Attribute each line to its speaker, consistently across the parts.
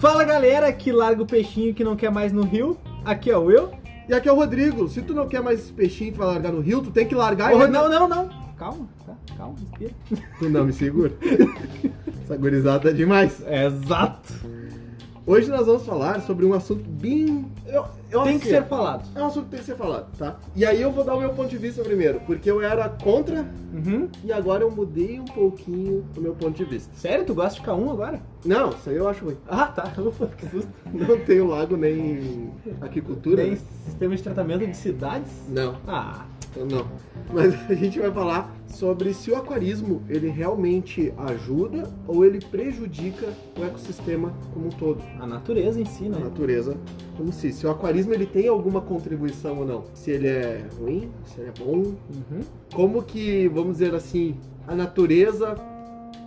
Speaker 1: Fala galera que larga o peixinho que não quer mais no rio. Aqui é o Will.
Speaker 2: E aqui é o Rodrigo. Se tu não quer mais esse peixinho que vai largar no rio, tu tem que largar
Speaker 1: Ô,
Speaker 2: ele.
Speaker 1: não, não, não. Calma, tá? calma, respira.
Speaker 2: Tu não me segura. Essa gurizada é demais.
Speaker 1: exato.
Speaker 2: Hoje nós vamos falar sobre um assunto bem. eu- eu
Speaker 1: Tem
Speaker 2: acho
Speaker 1: que ser falado.
Speaker 2: É um assunto que tem que ser falado, tá? E aí eu vou dar o meu ponto de vista primeiro, porque eu era contra
Speaker 1: Uhum.
Speaker 2: e agora eu mudei um pouquinho o meu ponto de vista.
Speaker 1: Sério, tu gosta de K1 agora?
Speaker 2: Não, isso aí eu acho ruim.
Speaker 1: Ah, tá. Ufa, que susto.
Speaker 2: Não tenho lago nem aquicultura.
Speaker 1: Tem
Speaker 2: né?
Speaker 1: sistema de tratamento de cidades?
Speaker 2: Não,
Speaker 1: Ah,
Speaker 2: Então, não. Mas a gente vai falar sobre se o aquarismo ele realmente ajuda ou ele prejudica o ecossistema como um todo,
Speaker 1: a natureza em si,
Speaker 2: a
Speaker 1: né?
Speaker 2: natureza como se. Se o aquarismo ele tem alguma contribuição ou não. Se ele é ruim, se ele é bom,
Speaker 1: Uhum.
Speaker 2: como que, vamos dizer assim, a natureza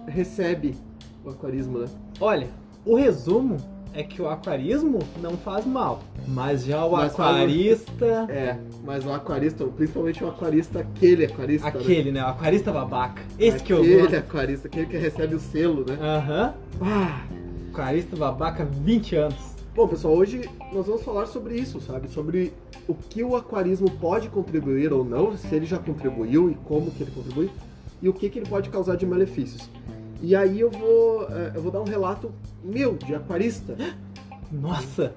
Speaker 2: recebe o aquarismo, né?
Speaker 1: Olha, o resumo é que o aquarismo não faz mal, mas um- já o
Speaker 2: Mas faz-
Speaker 1: aquarista,
Speaker 2: É, mas o aquarista, principalmente o aquarista, aquele aquarista, né?
Speaker 1: aquele, né? O aquarista babaca. Esse que eu
Speaker 2: Aquele
Speaker 1: gosto.
Speaker 2: aquarista, aquele que recebe o selo, né?
Speaker 1: Aham.
Speaker 2: Ah,
Speaker 1: Aquarista babaca 20 anos.
Speaker 2: Bom, pessoal, hoje nós vamos falar sobre isso, sabe? Sobre o que o aquarismo pode contribuir ou não, se ele já contribuiu e como que ele contribui, e o que, que ele pode causar de malefícios. E aí eu vou, eh, eu vou dar um relato meu de aquarista,
Speaker 1: Nossa!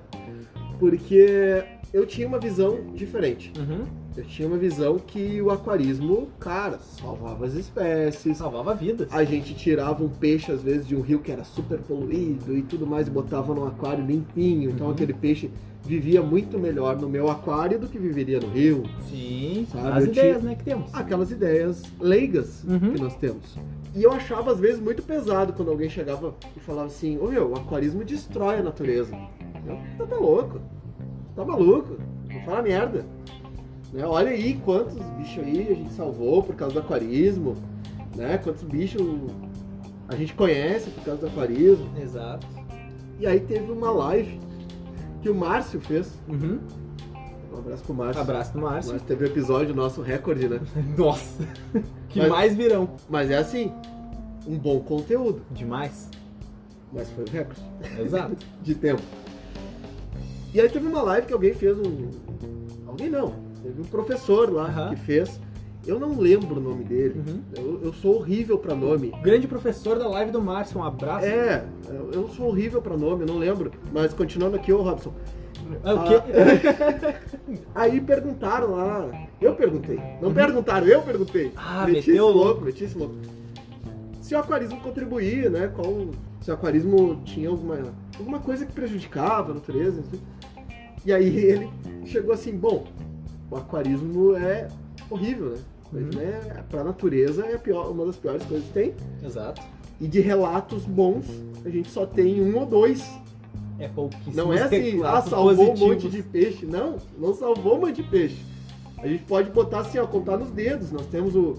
Speaker 2: porque eu tinha uma visão diferente.
Speaker 1: Uhum.
Speaker 2: Eu tinha uma visão que o aquarismo, cara, salvava as espécies,
Speaker 1: Salvava vidas.
Speaker 2: a gente tirava um peixe, às vezes, de um rio que era super poluído e tudo mais, e botava num aquário limpinho. Então
Speaker 1: Uhum.
Speaker 2: aquele peixe vivia muito melhor no meu aquário do que viveria no rio.
Speaker 1: Sim,
Speaker 2: Sabe,
Speaker 1: as
Speaker 2: eu Ah,
Speaker 1: ideias, né, que temos.
Speaker 2: Aquelas ideias leigas
Speaker 1: Uhum.
Speaker 2: que nós temos. E eu achava, às vezes, muito pesado quando alguém chegava e falava assim, ô meu, o aquarismo destrói a natureza. Eu, tá, tá louco, tá maluco, não fala merda. Né? Olha aí quantos bichos aí a gente salvou por causa do aquarismo, né? Quantos bichos a gente conhece por causa do aquarismo.
Speaker 1: Exato.
Speaker 2: E aí teve uma live que o Márcio fez.
Speaker 1: Uhum.
Speaker 2: Um abraço pro Márcio.
Speaker 1: Abraço do
Speaker 2: O
Speaker 1: Márcio.
Speaker 2: Márcio teve o episódio nosso recorde, né?
Speaker 1: Nossa! que
Speaker 2: Mas-
Speaker 1: mais virão.
Speaker 2: Mas é assim, um bom conteúdo,
Speaker 1: Demais.
Speaker 2: mas foi o recorde.
Speaker 1: Exato.
Speaker 2: de tempo. E aí teve uma live que alguém fez um. Alguém não. Teve um professor lá
Speaker 1: Aham.
Speaker 2: que fez. Eu não lembro o nome dele.
Speaker 1: Uhum.
Speaker 2: Eu, eu sou horrível pra nome.
Speaker 1: Grande professor da live do Márcio, um abraço.
Speaker 2: É, eu- eu sou horrível pra nome, eu não lembro. Mas continuando aqui, ô Robson.
Speaker 1: Ah, o quê?
Speaker 2: Aí perguntaram lá. Eu perguntei. Não perguntaram, eu perguntei.
Speaker 1: Ah,
Speaker 2: meti
Speaker 1: meteu
Speaker 2: esse
Speaker 1: louco.
Speaker 2: meti esse louco. Se o aquarismo contribuía, né? Qual, se o aquarismo tinha alguma, alguma coisa que prejudicava a natureza. enfim. E aí ele chegou assim, bom, o aquarismo é horrível, né? Mas,
Speaker 1: Uhum.
Speaker 2: né, pra natureza é a pior, uma das piores coisas que tem.
Speaker 1: Exato.
Speaker 2: E de relatos bons, a gente só tem um ou dois.
Speaker 1: É pouquíssimo.
Speaker 2: Não é assim, ah, salvou um monte de peixe. Não, não salvou um monte de peixe. A gente pode botar assim, ó, contar nos dedos. Nós temos o,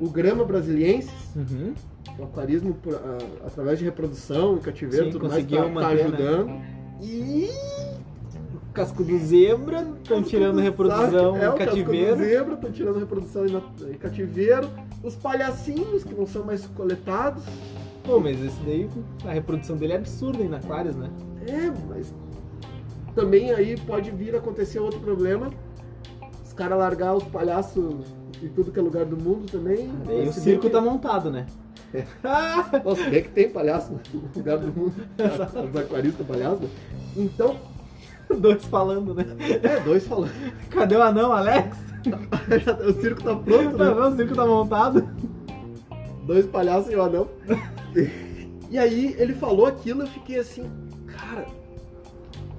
Speaker 2: o grama brasiliensis,
Speaker 1: Uhum.
Speaker 2: o aquarismo por- a- através de reprodução e cativeiro,
Speaker 1: Sim,
Speaker 2: tudo mais, tá,
Speaker 1: conseguiu
Speaker 2: tá
Speaker 1: manter, né?
Speaker 2: ajudando. E
Speaker 1: Casco do zebra, estão tirando reprodução
Speaker 2: Saca? é,
Speaker 1: no
Speaker 2: o casco do
Speaker 1: cativeiro.
Speaker 2: zebra, estão tirando reprodução em, nat- em cativeiro. Os palhacinhos que não são mais coletados.
Speaker 1: Pô, mas esse daí, a reprodução dele é absurda em aquários, né?
Speaker 2: É, mas também aí pode vir a acontecer outro problema. Os caras largar os palhaços em tudo que é lugar do mundo também.
Speaker 1: Daí o
Speaker 2: Mas é se
Speaker 1: circo
Speaker 2: bem
Speaker 1: tá montado, né?
Speaker 2: É. que... Nossa, se bem que tem palhaço no lugar do mundo. Os aquaristas palhaços. né? Então,
Speaker 1: Dois falando, né?
Speaker 2: é, dois falando.
Speaker 1: Cadê o anão, Alex?
Speaker 2: o circo tá pronto, né?
Speaker 1: Não, o circo tá montado.
Speaker 2: Dois palhaços e um anão. E aí ele falou aquilo, eu fiquei assim, cara.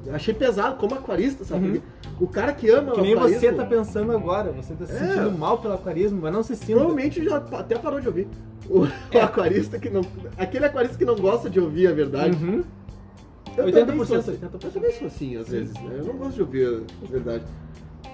Speaker 2: Eu achei pesado, como aquarista, sabe?
Speaker 1: Uhum.
Speaker 2: O cara que ama
Speaker 1: Que nem
Speaker 2: o aquarismo,
Speaker 1: você tá pensando agora. Você tá se
Speaker 2: É.
Speaker 1: sentindo mal pelo aquarismo, mas não se sinta.
Speaker 2: Provavelmente já pa- até parou de ouvir. O o aquarista que não. Aquele aquarista que não gosta de ouvir a verdade.
Speaker 1: Uhum.
Speaker 2: Eu também sou
Speaker 1: 80%,
Speaker 2: assim. Eu
Speaker 1: 80%.
Speaker 2: também sou assim, às
Speaker 1: Sim.
Speaker 2: vezes, né? Eu não gosto de ouvir a verdade.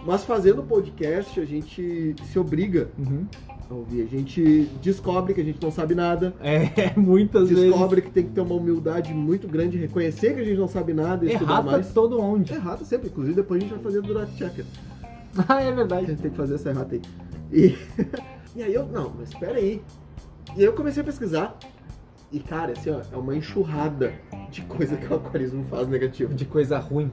Speaker 2: Mas fazendo podcast, a gente se obriga
Speaker 1: Uhum.
Speaker 2: a ouvir. A gente descobre que a gente não sabe nada.
Speaker 1: É, muitas
Speaker 2: Descobre que tem que ter uma humildade muito grande, reconhecer que a gente não sabe nada e
Speaker 1: vezes.
Speaker 2: estudar
Speaker 1: Errata
Speaker 2: mais. É
Speaker 1: todo onde.
Speaker 2: Errado sempre, inclusive depois a gente vai fazer do Dot Checker.
Speaker 1: Ah, é
Speaker 2: A
Speaker 1: verdade.
Speaker 2: gente tem que fazer essa errata aí. E, e aí eu, não, mas espera aí. E aí eu comecei a pesquisar. E, cara, assim, ó, é uma enxurrada de coisa que o aquarismo faz negativo.
Speaker 1: de coisa ruim.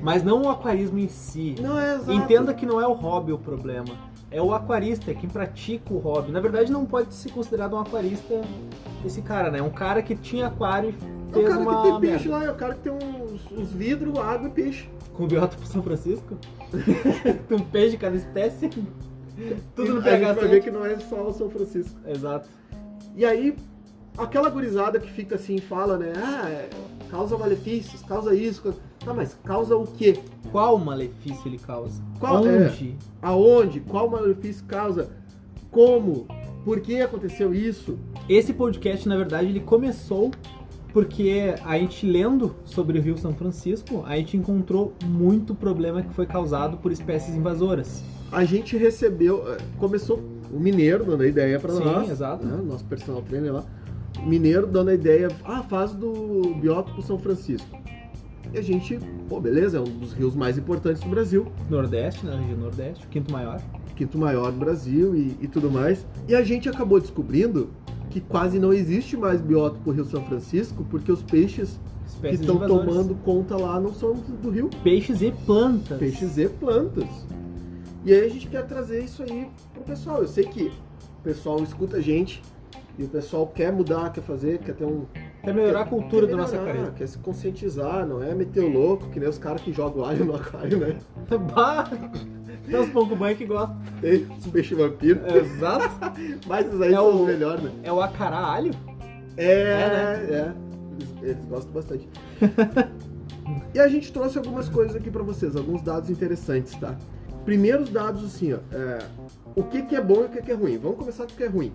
Speaker 1: Mas não o aquarismo em si.
Speaker 2: Não é exato.
Speaker 1: Entenda que não é o hobby o problema. É o aquarista, é quem pratica o hobby. Na verdade, não pode se considerar um aquarista esse cara, né? Um cara que tinha aquário e
Speaker 2: É o
Speaker 1: fez
Speaker 2: cara
Speaker 1: uma
Speaker 2: que tem
Speaker 1: merda.
Speaker 2: peixe lá, é o cara que tem uns, uns vidros, água e peixe.
Speaker 1: Com o biótipo São Francisco? tem um peixe de cada espécie? Tudo no
Speaker 2: Aí a gente
Speaker 1: PH
Speaker 2: vai ver que não é só o São Francisco.
Speaker 1: Exato.
Speaker 2: E aí, aquela gurizada que fica assim e fala, né? Ah, é, causa malefícios, causa isso. causa-" Tá, mas causa o quê?
Speaker 1: Qual malefício ele causa?
Speaker 2: Qual- é.
Speaker 1: Onde?
Speaker 2: Aonde? Qual malefício causa? Como? Por que aconteceu isso?
Speaker 1: Esse podcast, na verdade, ele começou porque a gente lendo sobre o Rio São Francisco, a gente encontrou muito problema que foi causado por espécies invasoras.
Speaker 2: A gente recebeu. é, Começou o mineiro dando a ideia pra
Speaker 1: Sim,
Speaker 2: nós.
Speaker 1: exato.
Speaker 2: né, Nosso personal trainer lá. O mineiro dando a ideia. Ah, faz do biótipo São Francisco. E a gente, pô, beleza, é um dos rios mais importantes do Brasil.
Speaker 1: Nordeste, na região Nordeste, o quinto maior.
Speaker 2: quinto maior do Brasil e, e tudo mais. E a gente acabou descobrindo que quase não existe mais biótipo Rio São Francisco, porque os peixes que
Speaker 1: Espécies
Speaker 2: estão
Speaker 1: invasoras.
Speaker 2: tomando conta lá não são do rio,
Speaker 1: peixes e plantas.
Speaker 2: peixes e plantas. E aí a gente quer trazer isso aí pro pessoal. Eu sei que o pessoal escuta a gente e o pessoal quer mudar, quer fazer, quer ter um.
Speaker 1: Pra melhorar a cultura
Speaker 2: quer
Speaker 1: do nosso
Speaker 2: melhorar,
Speaker 1: aquarismo.
Speaker 2: Quer se conscientizar, não é meter o louco, que nem os caras que jogam alho no aquário, né?
Speaker 1: Bah! Tem uns pouco banho que gostam.
Speaker 2: Tem os peixes vampiro.
Speaker 1: Exato.
Speaker 2: Mas esses aí
Speaker 1: É
Speaker 2: são
Speaker 1: o-
Speaker 2: os melhores, né?
Speaker 1: É o acará alho?
Speaker 2: É, é. Eles, eles gostam bastante. e a gente trouxe algumas coisas aqui pra vocês, alguns dados interessantes, tá? Primeiros dados, assim, ó. é, o que, que é bom e o que, que é ruim. Vamos começar com o que é ruim,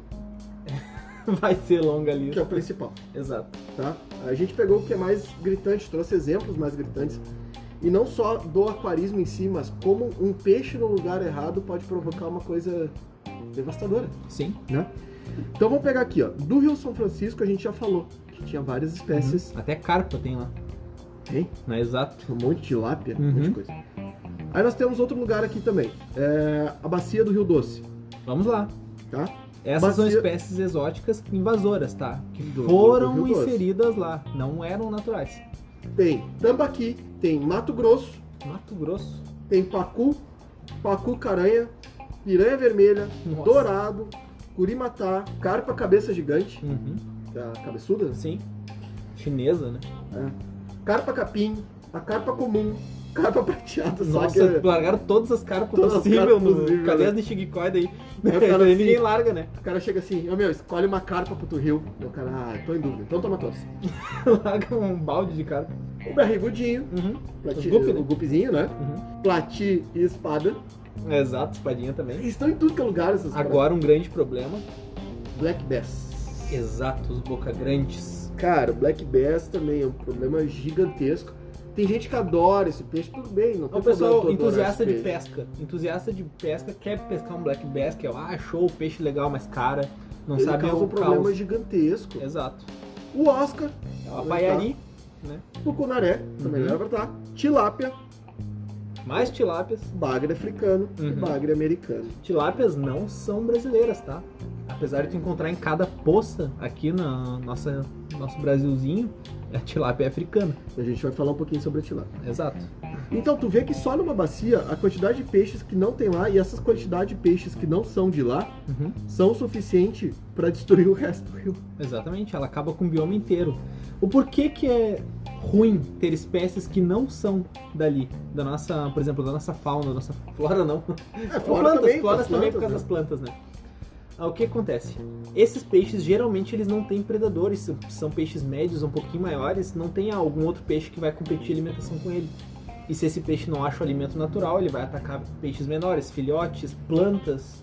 Speaker 1: Vai ser longa a
Speaker 2: que é
Speaker 1: lista.
Speaker 2: o principal,
Speaker 1: Exato.
Speaker 2: tá? A gente pegou o que é mais gritante, trouxe exemplos mais gritantes. E não só do aquarismo em si, mas como um peixe no lugar errado pode provocar uma coisa devastadora.
Speaker 1: Sim.
Speaker 2: Então vamos pegar aqui, ó. Do Rio São Francisco a gente já falou que tinha várias espécies.
Speaker 1: Uhum. Até carpa tem lá.
Speaker 2: Tem?
Speaker 1: Não é exato?
Speaker 2: Um monte de lápia, um
Speaker 1: Uhum.
Speaker 2: monte de coisa. Aí nós temos outro lugar aqui também. É a bacia do Rio Doce,
Speaker 1: Vamos lá.
Speaker 2: tá?
Speaker 1: Essas são
Speaker 2: Bacia-
Speaker 1: espécies exóticas invasoras, tá? Que
Speaker 2: Do- do-
Speaker 1: foram
Speaker 2: do Rio Doce.
Speaker 1: inseridas lá, não eram naturais.
Speaker 2: Tem Tambaqui, tem Mato Grosso,
Speaker 1: Mato Grosso.
Speaker 2: tem Pacu, Pacu Caranha, Piranha Vermelha,
Speaker 1: Nossa.
Speaker 2: Dourado, Curimatá, Carpa Cabeça Gigante,
Speaker 1: Uhum.
Speaker 2: que é a cabeçuda,
Speaker 1: Sim. Chinesa, né?
Speaker 2: Carpa Capim, a Carpa Comum, Carpa Prateada, só que...
Speaker 1: Nossa, largaram todas as carpas
Speaker 2: Todas as
Speaker 1: possíveis
Speaker 2: carpas
Speaker 1: no
Speaker 2: possíveis,
Speaker 1: cadê
Speaker 2: né?
Speaker 1: as de Chigicoide aí?
Speaker 2: É,
Speaker 1: Essa
Speaker 2: cara,
Speaker 1: aí
Speaker 2: assim-
Speaker 1: ninguém larga, né?
Speaker 2: O cara chega assim, ô meu, escolhe uma carpa pro teu rio. Meu cara, ah, tô em dúvida, então toma todas.
Speaker 1: Larga um balde de carpa.
Speaker 2: O barrigudinho,
Speaker 1: Uhum.
Speaker 2: plati-
Speaker 1: Gupe, né?
Speaker 2: o gupezinho, né?
Speaker 1: Uhum.
Speaker 2: Plati e espada.
Speaker 1: Exato, espadinha também.
Speaker 2: Estão em tudo que é lugar essas
Speaker 1: Agora um grande problema.
Speaker 2: paradas. Black Bass.
Speaker 1: Exato, os boca grandes.
Speaker 2: Cara, o Black Bass também é um problema gigantesco. Tem gente que adora esse peixe, tudo bem, não
Speaker 1: É
Speaker 2: tem
Speaker 1: o pessoal
Speaker 2: problema tu adorar
Speaker 1: entusiasta
Speaker 2: esse
Speaker 1: de
Speaker 2: peixe.
Speaker 1: pesca. Entusiasta de pesca quer pescar um black bass, que é, ah, show, peixe legal, mas cara, não
Speaker 2: Ele
Speaker 1: sabe
Speaker 2: causa
Speaker 1: o
Speaker 2: um problema
Speaker 1: caos. É.
Speaker 2: gigantesco.
Speaker 1: Exato.
Speaker 2: O Oscar,
Speaker 1: É uma baiari,
Speaker 2: tá- o Cunaré, também
Speaker 1: Uhum.
Speaker 2: uhum. tá. Tilápia,
Speaker 1: mais tilápias.
Speaker 2: bagre africano e
Speaker 1: Uhum.
Speaker 2: bagre americano.
Speaker 1: Tilápias não são brasileiras, tá? Apesar de tu encontrar em cada poça aqui na nossa nosso Brasilzinho, a tilápia é africana.
Speaker 2: A gente vai falar um pouquinho sobre a tilápia.
Speaker 1: Exato.
Speaker 2: Então, tu vê que só numa bacia, a quantidade de peixes que não tem lá e essas quantidades de peixes que não são de lá
Speaker 1: Uhum.
Speaker 2: são o suficiente pra destruir o resto do rio.
Speaker 1: Exatamente, ela acaba com o bioma inteiro. O porquê que é ruim ter espécies que não são dali, da nossa, por exemplo, da nossa fauna, da nossa flora não,
Speaker 2: É,
Speaker 1: Ou Tá plantas, floras também por causa das plantas, né? Ah, o que acontece? Esses peixes geralmente eles não têm predadores, são- são peixes médios, um pouquinho maiores, não tem algum outro peixe que vai competir alimentação com ele. E se esse peixe não acha o alimento natural, ele vai atacar peixes menores, filhotes, plantas,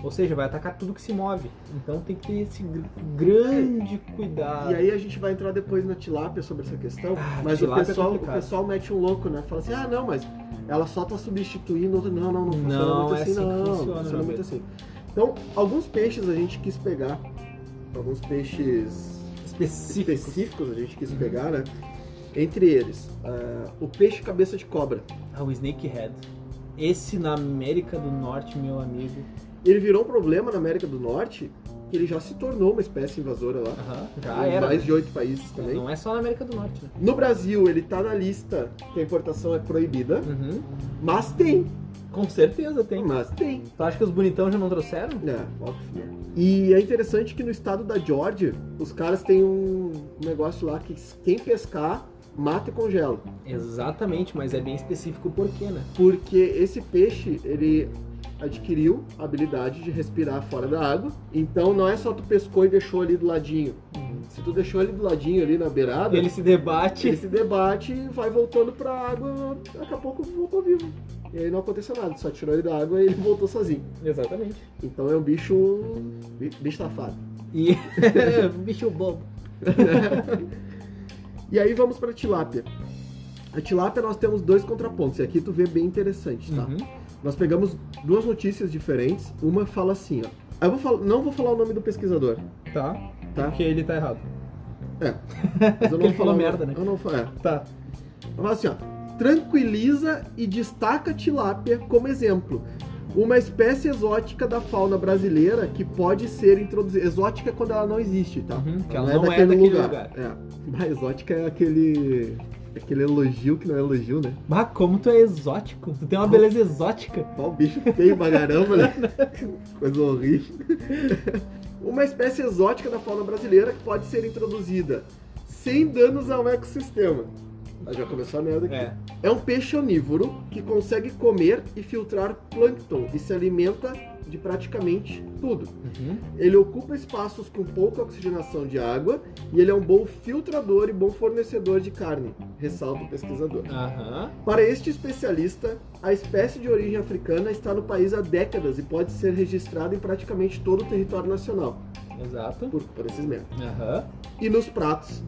Speaker 1: ou seja, vai atacar tudo que se move. Então tem que ter esse gr- grande cuidado.
Speaker 2: E aí a gente vai entrar depois na tilápia sobre essa questão,
Speaker 1: Ah,
Speaker 2: mas o
Speaker 1: tilápia é
Speaker 2: pessoal, o
Speaker 1: complicado.
Speaker 2: pessoal mete um louco, né? Fala assim, ah, não, mas ela só tá substituindo outra. Não, não, não funciona
Speaker 1: Não,
Speaker 2: muito
Speaker 1: é
Speaker 2: assim,
Speaker 1: assim que
Speaker 2: não.
Speaker 1: funciona,
Speaker 2: não
Speaker 1: meu
Speaker 2: funciona muito assim. Então, alguns peixes a gente quis pegar, alguns peixes
Speaker 1: específico.
Speaker 2: específicos a gente quis pegar, né? Entre eles, ah, o peixe cabeça de cobra.
Speaker 1: Ah, o snakehead. Esse na América do Norte, meu amigo.
Speaker 2: Ele virou um problema na América do Norte que ele já se tornou uma espécie invasora lá.
Speaker 1: Aham,
Speaker 2: em
Speaker 1: já era.
Speaker 2: mais de oito países também.
Speaker 1: Não é só na América do Norte, né?
Speaker 2: No Brasil, ele tá na lista que a importação é proibida,
Speaker 1: Uhum.
Speaker 2: mas tem.
Speaker 1: Com certeza tem.
Speaker 2: Mas tem.
Speaker 1: Tu acha que os bonitão já não trouxeram?
Speaker 2: É, óbvio. E é interessante que no estado da Georgia, os caras têm um negócio lá que quem pescar, mata e congela.
Speaker 1: Exatamente, mas é bem específico o porquê, né?
Speaker 2: Porque esse peixe, ele adquiriu a habilidade de respirar fora da água. Então não é só tu pescou e deixou ali do ladinho. Se tu deixou ele do ladinho, ali na beirada,
Speaker 1: Ele se debate.
Speaker 2: ele se debate e vai voltando pra água, daqui a pouco voltou vivo. E aí não aconteceu nada, só tirou ele da água e ele voltou sozinho.
Speaker 1: Exatamente.
Speaker 2: Então é um bicho. bi- bicho safado.
Speaker 1: E. Bicho bobo.
Speaker 2: E aí vamos pra tilápia. A tilápia nós temos dois contrapontos, e aqui tu vê bem interessante, tá?
Speaker 1: Uhum.
Speaker 2: Nós pegamos duas notícias diferentes, uma fala assim, ó. Eu vou falar, não vou falar o nome do pesquisador,
Speaker 1: Tá.
Speaker 2: tá?
Speaker 1: Porque ele tá errado.
Speaker 2: Mas eu não
Speaker 1: Ele falou
Speaker 2: vou falar o-
Speaker 1: merda, né?
Speaker 2: Eu não falo, é.
Speaker 1: Tá.
Speaker 2: Ela fala assim, ó. Tranquiliza e destaca a tilápia como exemplo. Uma espécie exótica da fauna brasileira que pode ser introduzida. Exótica quando ela não existe, tá?
Speaker 1: Uhum, que ela não é daquele lugar.
Speaker 2: É. Mas exótica é aquele. aquele elogio que não é elogio, né?
Speaker 1: Bah, como tu é exótico. Tu tem uma beleza exótica.
Speaker 2: Ó, o bicho feio pra caramba, né? Coisa horrível. Uma espécie exótica da fauna brasileira que pode ser introduzida sem danos ao ecossistema. Ah, já começou a merda aqui.
Speaker 1: É.
Speaker 2: É um peixe onívoro que consegue comer e filtrar plâncton e se alimenta de praticamente tudo.
Speaker 1: Uhum.
Speaker 2: Ele ocupa espaços com pouca oxigenação de água e ele é um bom filtrador e bom fornecedor de carne, ressalta o pesquisador.
Speaker 1: Aham.
Speaker 2: Para este especialista, a espécie de origem africana está no país há décadas e pode ser registrada em praticamente todo o território nacional,
Speaker 1: Exato.
Speaker 2: por, por esses merda.
Speaker 1: Aham.
Speaker 2: E nos pratos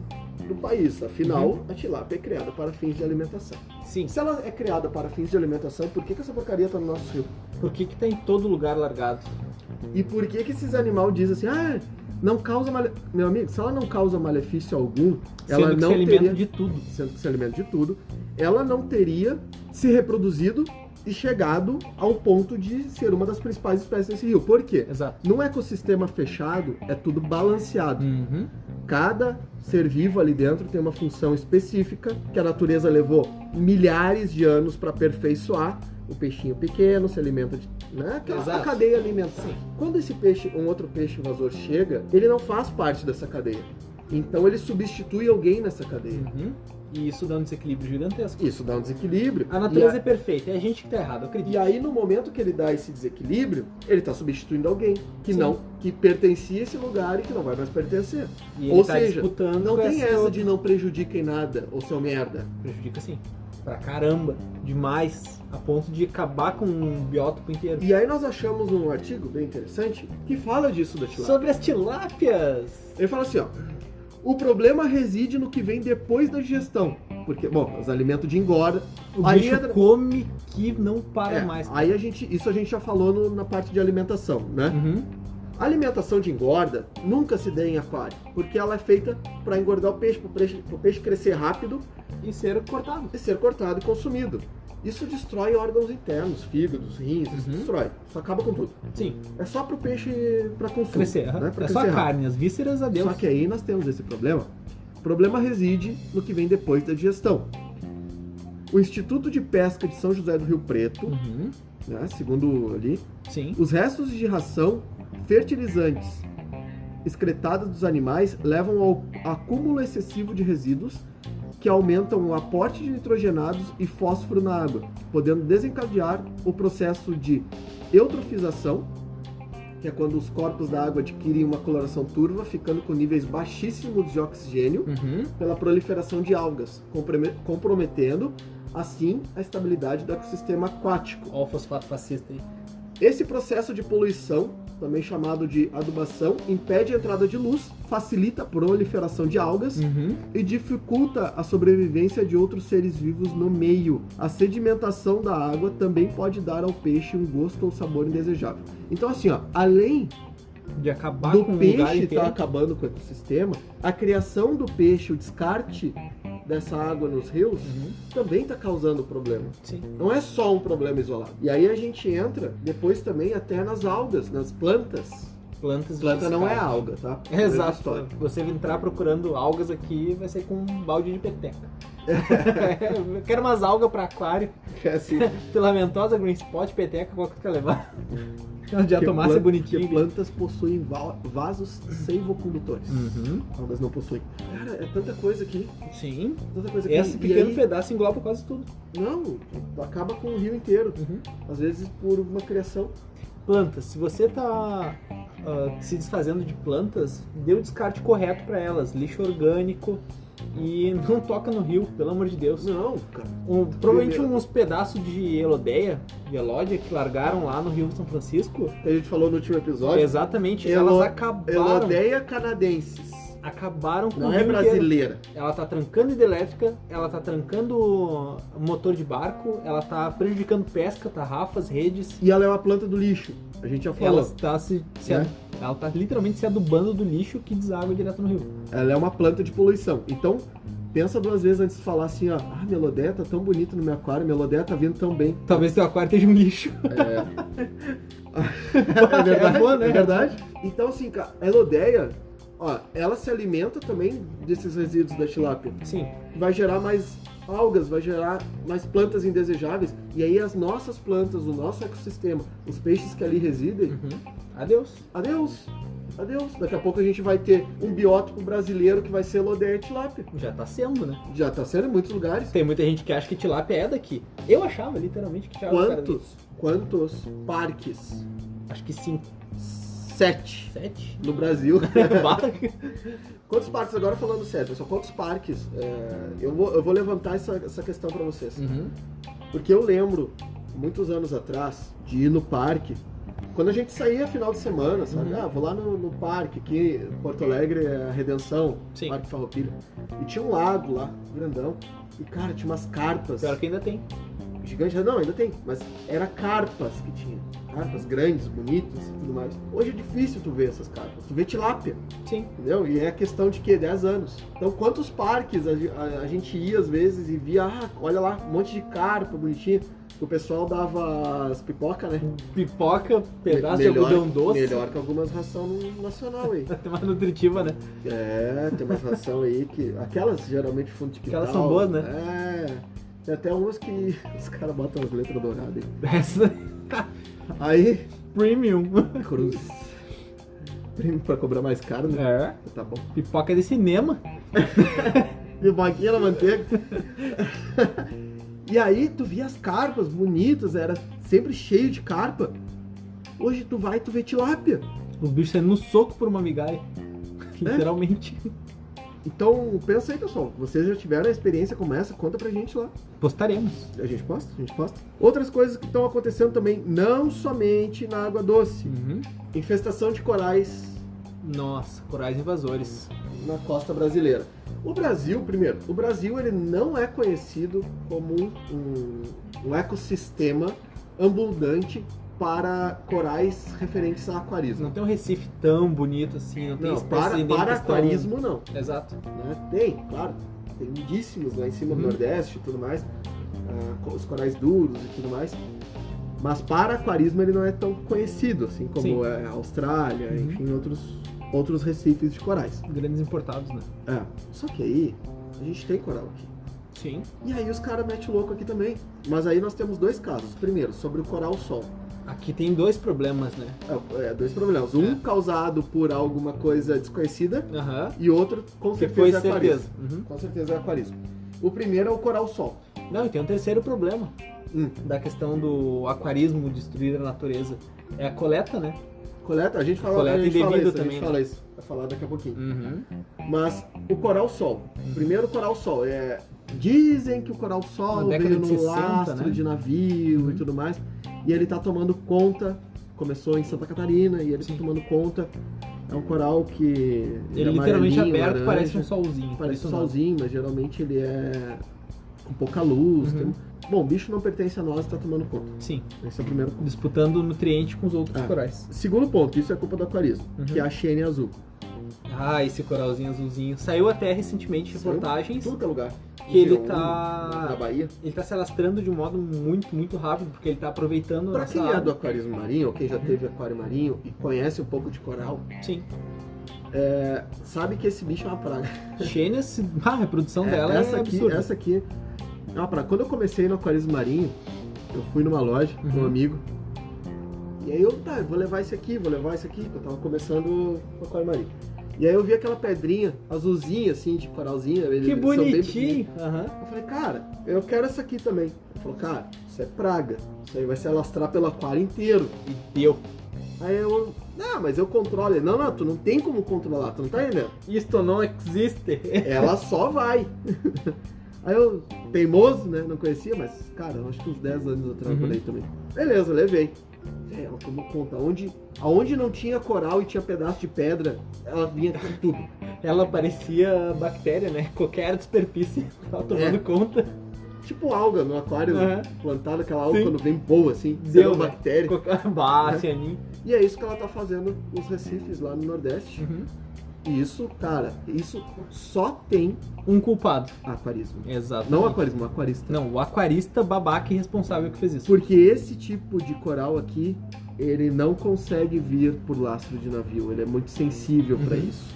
Speaker 2: do país, afinal, a tilápia é criada para fins de alimentação.
Speaker 1: Sim.
Speaker 2: Se ela é criada para fins de alimentação, por que, que essa porcaria tá no nosso rio?
Speaker 1: Por que que tá em todo lugar largado?
Speaker 2: E por que, que esses animais dizem assim, ah, não causa male... Meu amigo, se ela não causa malefício algum,
Speaker 1: Sendo
Speaker 2: ela
Speaker 1: que
Speaker 2: não
Speaker 1: se alimenta
Speaker 2: teria.
Speaker 1: de tudo.
Speaker 2: Sendo que se alimenta de tudo, ela não teria se reproduzido e chegado ao ponto de ser uma das principais espécies desse rio. Por quê?
Speaker 1: Exato.
Speaker 2: Num ecossistema fechado, é tudo balanceado.
Speaker 1: Uhum.
Speaker 2: Cada ser vivo ali dentro tem uma função específica que a natureza levou milhares de anos para aperfeiçoar. O peixinho pequeno se alimenta de. Né? Aquela
Speaker 1: Exato.
Speaker 2: a cadeia alimentar.
Speaker 1: Sim.
Speaker 2: Quando esse peixe, um outro peixe invasor chega, ele não faz parte dessa cadeia. Então ele substitui alguém nessa cadeia.
Speaker 1: Uhum. E isso dá um desequilíbrio gigantesco.
Speaker 2: Isso dá um desequilíbrio.
Speaker 1: A natureza
Speaker 2: E
Speaker 1: é perfeita, é a gente que tá errado, eu
Speaker 2: a-
Speaker 1: acredito.
Speaker 2: E aí, no momento que ele dá esse desequilíbrio, ele tá substituindo alguém que
Speaker 1: Sim.
Speaker 2: não, que pertencia a esse lugar e que não vai mais pertencer.
Speaker 1: E ele
Speaker 2: Ou
Speaker 1: tá
Speaker 2: seja,
Speaker 1: disputando.
Speaker 2: Não
Speaker 1: com
Speaker 2: tem
Speaker 1: essa
Speaker 2: essa de não prejudiquem nada, ou seu merda.
Speaker 1: Prejudica sim. Pra caramba. Demais. A ponto de acabar com um biótipo inteiro.
Speaker 2: E aí nós achamos um artigo bem interessante que fala disso da tilápia.
Speaker 1: Sobre as tilápias.
Speaker 2: Ele fala assim, ó. O problema reside no que vem depois da digestão. Porque, bom, os alimentos de engorda.
Speaker 1: O
Speaker 2: Aí
Speaker 1: bicho
Speaker 2: entra-
Speaker 1: come que não para
Speaker 2: É,
Speaker 1: mais.
Speaker 2: aí a gente. Isso a gente já falou no- na parte de alimentação, né?
Speaker 1: Uhum.
Speaker 2: A alimentação de engorda nunca se dê em aquário, porque ela é feita para engordar o peixe, para o peixe, pro peixe crescer rápido
Speaker 1: E ser cortado.
Speaker 2: e ser cortado e consumido. Isso destrói órgãos internos, fígados, rins, isso
Speaker 1: Uhum.
Speaker 2: destrói. Isso acaba com tudo.
Speaker 1: Sim,
Speaker 2: É só para o peixe para consumo.
Speaker 1: crescer.
Speaker 2: né?
Speaker 1: aham.
Speaker 2: Pra
Speaker 1: É
Speaker 2: crescer
Speaker 1: só a
Speaker 2: rápido.
Speaker 1: carne, as vísceras, adeus.
Speaker 2: Só que aí nós temos esse problema. O problema reside no que vem depois da digestão. O Instituto de Pesca de São José do Rio Preto,
Speaker 1: Uhum.
Speaker 2: né, segundo ali,
Speaker 1: Sim.
Speaker 2: os restos de ração, fertilizantes, excretados dos animais levam ao acúmulo excessivo de resíduos que aumentam o aporte de nitrogenados e fósforo na água, podendo desencadear o processo de eutrofização, que é quando os corpos da água adquirem uma coloração turva, ficando com níveis baixíssimos de oxigênio
Speaker 1: Uhum.
Speaker 2: pela proliferação de algas, comprome- comprometendo assim a estabilidade do ecossistema aquático.
Speaker 1: Ó o fosfato fascista aí.
Speaker 2: Esse processo de poluição, também chamado de adubação, impede a entrada de luz, facilita a proliferação de algas
Speaker 1: Uhum.
Speaker 2: e dificulta a sobrevivência de outros seres vivos no meio. A sedimentação da água também pode dar ao peixe um gosto ou sabor indesejável. Então, assim, ó, além
Speaker 1: De acabar
Speaker 2: do
Speaker 1: Tá com o lugar
Speaker 2: peixe tá
Speaker 1: inteiro.
Speaker 2: estar acabando com o ecossistema, a criação do peixe, o descarte dessa água nos rios,
Speaker 1: Uhum.
Speaker 2: também está causando problema.
Speaker 1: Sim.
Speaker 2: Não é só um problema isolado. E aí a gente entra depois também até nas algas, nas plantas.
Speaker 1: Plantas
Speaker 2: Planta não é
Speaker 1: justificadas.
Speaker 2: alga, tá? Outra
Speaker 1: Exato.
Speaker 2: história.
Speaker 1: Você entrar procurando algas aqui vai ser com um balde de peteca. Eu quero umas algas pra aquário,
Speaker 2: É assim.
Speaker 1: filamentosa, green spot, peteca, qual que tu quer levar? Onde a
Speaker 2: que
Speaker 1: tomassa é
Speaker 2: plan-
Speaker 1: bonitinha.
Speaker 2: Que plantas possuem va- vasos seivocondutores.
Speaker 1: Uhum,
Speaker 2: Algas não possuem. Cara, é tanta coisa aqui.
Speaker 1: Sim.
Speaker 2: Tanta coisa aqui.
Speaker 1: Esse
Speaker 2: E
Speaker 1: pequeno
Speaker 2: aí-
Speaker 1: pedaço engloba quase tudo.
Speaker 2: Não, tu acaba com o rio inteiro. Às vezes por uma criação.
Speaker 1: Plantas. Se você tá ah, se desfazendo de plantas, dê o descarte correto pra elas. Lixo orgânico e não toca no rio, pelo amor de Deus.
Speaker 2: Não, cara.
Speaker 1: Um- provavelmente uns pedaços de elodeia, de elódia, que largaram lá no Rio São Francisco.
Speaker 2: Então, A gente falou no último episódio.
Speaker 1: Exatamente,
Speaker 2: Elo-
Speaker 1: elas acabaram,
Speaker 2: Elodeia canadensis.
Speaker 1: acabaram com o
Speaker 2: Não é
Speaker 1: Rio inteiro.
Speaker 2: brasileira.
Speaker 1: Ela tá trancando hidrelétrica, ela tá trancando motor de barco, ela tá prejudicando pesca, tarrafas, redes.
Speaker 2: E ela é uma planta do lixo. A gente já falou.
Speaker 1: Ela está se, se
Speaker 2: É.
Speaker 1: ela tá literalmente se adubando do lixo que deságua direto no rio.
Speaker 2: Ela é uma planta de poluição. Então, pensa duas vezes antes de falar assim, ó. Ah, minha lodeia tá tão bonita no meu aquário, minha lodeia tá vindo tão bem.
Speaker 1: Talvez teu aquário esteja um lixo.
Speaker 2: É. é verdade,
Speaker 1: É boa, né?
Speaker 2: é verdade. Então, assim, cara, a elodeia, ó, ela se alimenta também desses resíduos da tilápia.
Speaker 1: Sim,
Speaker 2: Vai gerar mais algas, vai gerar mais plantas indesejáveis. E aí as nossas plantas, o nosso ecossistema, os peixes que ali residem,
Speaker 1: Uhum. adeus.
Speaker 2: adeus. Adeus. Daqui a pouco a gente vai ter um biótipo brasileiro que vai ser elodeia e tilápia.
Speaker 1: Já tá sendo, né?
Speaker 2: Já tá sendo em muitos lugares.
Speaker 1: Tem muita gente que acha que tilápia é daqui. Eu achava, literalmente, que tilápia era daqui.
Speaker 2: Quantos, quantos parques?
Speaker 1: Acho que cinco,
Speaker 2: Sete.
Speaker 1: sete.
Speaker 2: No Brasil.
Speaker 1: Barra.
Speaker 2: Quantos parques, agora falando sério, pessoal, quantos parques? é, eu, vou, eu vou levantar essa, essa questão pra vocês.
Speaker 1: Uhum.
Speaker 2: Porque eu lembro, muitos anos atrás, de ir no parque. Quando a gente saía final de semana, sabe?
Speaker 1: Uhum.
Speaker 2: Ah, vou lá no, no parque, aqui, Porto Alegre é a Redenção,
Speaker 1: Sim.
Speaker 2: Parque Farroupilha. E tinha um lago lá, grandão. E, cara, tinha umas carpas.
Speaker 1: Pior que ainda tem.
Speaker 2: Gigante, não, ainda tem, mas era carpas que tinha. Carpas grandes, bonitas e tudo mais. Hoje é difícil tu ver essas carpas. Tu vê tilápia.
Speaker 1: Sim.
Speaker 2: Entendeu? E é questão de que 10 anos. Então, quantos parques a, ge- a- a gente ia às vezes e via, ah, olha lá, um monte de carpa bonitinha, que o pessoal dava as pipoca, né?
Speaker 1: Pipoca, Um pedaço
Speaker 2: Me- melhor-
Speaker 1: de algodão doce.
Speaker 2: Melhor que algumas ração nacional aí.
Speaker 1: Até mais nutritiva, né?
Speaker 2: é, tem umas ração aí que. Aquelas geralmente fundo de quintal.
Speaker 1: Aquelas são boas, né?
Speaker 2: É. Tem até umas que os caras botam as letras douradas aí.
Speaker 1: Essa
Speaker 2: Aí.
Speaker 1: premium.
Speaker 2: Cruz. Primo pra cobrar mais caro, né?
Speaker 1: É.
Speaker 2: Tá bom.
Speaker 1: Pipoca de cinema.
Speaker 2: Pipoquinha na manteiga. e aí tu via as carpas bonitas, era sempre cheio de carpa. Hoje tu vai e tu vê tilápia.
Speaker 1: Os bichos saindo é no soco por uma migalha. É? Literalmente.
Speaker 2: Então pensa aí, pessoal. Vocês já tiveram a experiência como essa? Conta pra gente lá.
Speaker 1: Postaremos.
Speaker 2: A gente posta? A gente posta. Outras coisas que estão acontecendo também, não somente na água doce.
Speaker 1: Uhum.
Speaker 2: Infestação de corais
Speaker 1: Nossa, corais invasores.
Speaker 2: na costa brasileira. O Brasil, primeiro, o Brasil ele não é conhecido como um, um- um ecossistema abundante para corais referentes a aquarismo.
Speaker 1: Não tem um Recife tão bonito assim, não tem
Speaker 2: Não,
Speaker 1: espécies
Speaker 2: para,
Speaker 1: endêmicas
Speaker 2: para
Speaker 1: tão-
Speaker 2: aquarismo não.
Speaker 1: Exato.
Speaker 2: né? Tem, claro, tem lindíssimos lá em cima do
Speaker 1: Uhum.
Speaker 2: Nordeste e tudo mais, ah, co- os corais duros e tudo mais. Mas para aquarismo ele não é tão conhecido, assim como
Speaker 1: Sim.
Speaker 2: é a Austrália,
Speaker 1: Uhum.
Speaker 2: enfim, outros, outros recifes de corais.
Speaker 1: Grandes importados, né?
Speaker 2: É, só que aí a gente tem coral aqui.
Speaker 1: Sim.
Speaker 2: E aí os caras metem o louco aqui também. Mas aí nós temos dois casos. Primeiro, sobre o coral sol.
Speaker 1: Aqui tem dois problemas, né?
Speaker 2: É, é, dois problemas. Um
Speaker 1: É.
Speaker 2: causado por alguma coisa desconhecida
Speaker 1: Aham.
Speaker 2: e outro com
Speaker 1: Que
Speaker 2: certeza
Speaker 1: foi
Speaker 2: é aquarismo.
Speaker 1: certeza. Uhum.
Speaker 2: Com certeza é aquarismo. O primeiro é o coral sol.
Speaker 1: Não, e tem um terceiro problema.
Speaker 2: Hum.
Speaker 1: da questão do aquarismo destruir a natureza é a coleta, né?
Speaker 2: Coleta, a gente fala,
Speaker 1: Coleta
Speaker 2: a gente fala
Speaker 1: indevida
Speaker 2: isso, a
Speaker 1: também,
Speaker 2: gente
Speaker 1: né?
Speaker 2: fala isso. Vai falar daqui a pouquinho.
Speaker 1: Uhum.
Speaker 2: Mas o coral sol. Primeiro o coral sol é dizem que o coral
Speaker 1: Na
Speaker 2: sol
Speaker 1: década
Speaker 2: veio
Speaker 1: de
Speaker 2: no
Speaker 1: 60,
Speaker 2: lastro
Speaker 1: né?
Speaker 2: de navio
Speaker 1: Uhum.
Speaker 2: e tudo mais, e ele tá tomando conta. Começou em Santa Catarina e ele
Speaker 1: Sim.
Speaker 2: tá tomando conta. É um coral que é
Speaker 1: Ele literalmente
Speaker 2: amarelinho,
Speaker 1: aberto
Speaker 2: laranja,
Speaker 1: parece um solzinho.
Speaker 2: né? parece um
Speaker 1: impressionante.
Speaker 2: solzinho, mas geralmente ele é com pouca luz.
Speaker 1: Uhum.
Speaker 2: tem- Bom, o bicho não pertence a nós, tá tomando conta.
Speaker 1: Sim,
Speaker 2: Esse é o primeiro ponto.
Speaker 1: disputando nutriente com os outros
Speaker 2: Ah.
Speaker 1: corais.
Speaker 2: Segundo ponto, isso é culpa do aquarismo,
Speaker 1: Uhum.
Speaker 2: que é a Xene azul.
Speaker 1: Ah, esse coralzinho azulzinho. Saiu até recentemente
Speaker 2: Saiu
Speaker 1: reportagens
Speaker 2: Tudo que é lugar.
Speaker 1: que ele
Speaker 2: G1, Na
Speaker 1: tá.
Speaker 2: Bahia.
Speaker 1: Ele tá se alastrando de um modo muito, muito rápido, porque ele tá aproveitando a
Speaker 2: Pra
Speaker 1: nossa
Speaker 2: quem é do
Speaker 1: água.
Speaker 2: aquarismo marinho, ou quem já teve aquário marinho e conhece um pouco de coral,
Speaker 1: Sim.
Speaker 2: sabe que esse bicho é uma praga.
Speaker 1: Xênias, a reprodução dela
Speaker 2: essa,
Speaker 1: é
Speaker 2: aqui,
Speaker 1: absurda.
Speaker 2: essa aqui é uma praga. Quando eu comecei no aquarismo marinho, eu fui numa loja com
Speaker 1: Uhum.
Speaker 2: um amigo. E aí eu, tá, eu vou levar esse aqui, vou levar esse aqui, que eu tava começando o aquário marinho. E aí eu vi aquela pedrinha azulzinha, assim, de coralzinha. eles-
Speaker 1: Que
Speaker 2: eles são bem
Speaker 1: bonitinho! Aham.
Speaker 2: Eu falei, cara, eu quero essa aqui também. Ele falou, cara, isso é praga. Isso aí vai se alastrar pelo aquário inteiro.
Speaker 1: E deu.
Speaker 2: Aí eu, ah, mas eu controlo. Ele, não, não, tu não tem como controlar, tu não tá entendendo.
Speaker 1: Isto não existe.
Speaker 2: Ela só vai. Aí eu, teimoso, né? Não conhecia, mas, cara, eu acho que uns 10 anos atrás
Speaker 1: Uhum.
Speaker 2: eu falei também. Beleza, levei. Véi, Ela tomou conta. Onde, aonde não tinha coral e tinha pedaço de pedra, ela vinha com tudo.
Speaker 1: Ela parecia bactéria, né? Qualquer superfície tava tomando
Speaker 2: É.
Speaker 1: conta.
Speaker 2: Tipo alga no aquário
Speaker 1: Aham.
Speaker 2: plantado, aquela alga
Speaker 1: Sim.
Speaker 2: quando vem boa, assim,
Speaker 1: Deu, né?
Speaker 2: deu bactéria.
Speaker 1: Qualquer... Bah, assim, Cianinho.
Speaker 2: E é isso que ela tá fazendo nos recifes lá no Nordeste.
Speaker 1: Uhum.
Speaker 2: E isso, cara, isso só tem
Speaker 1: Um culpado.
Speaker 2: aquarismo.
Speaker 1: Exato.
Speaker 2: Não aquarismo, aquarista.
Speaker 1: Não, o aquarista babaca e responsável que fez isso.
Speaker 2: Porque esse tipo de coral aqui, ele não consegue vir por lastro de navio. Ele é muito sensível pra
Speaker 1: Uhum.
Speaker 2: isso.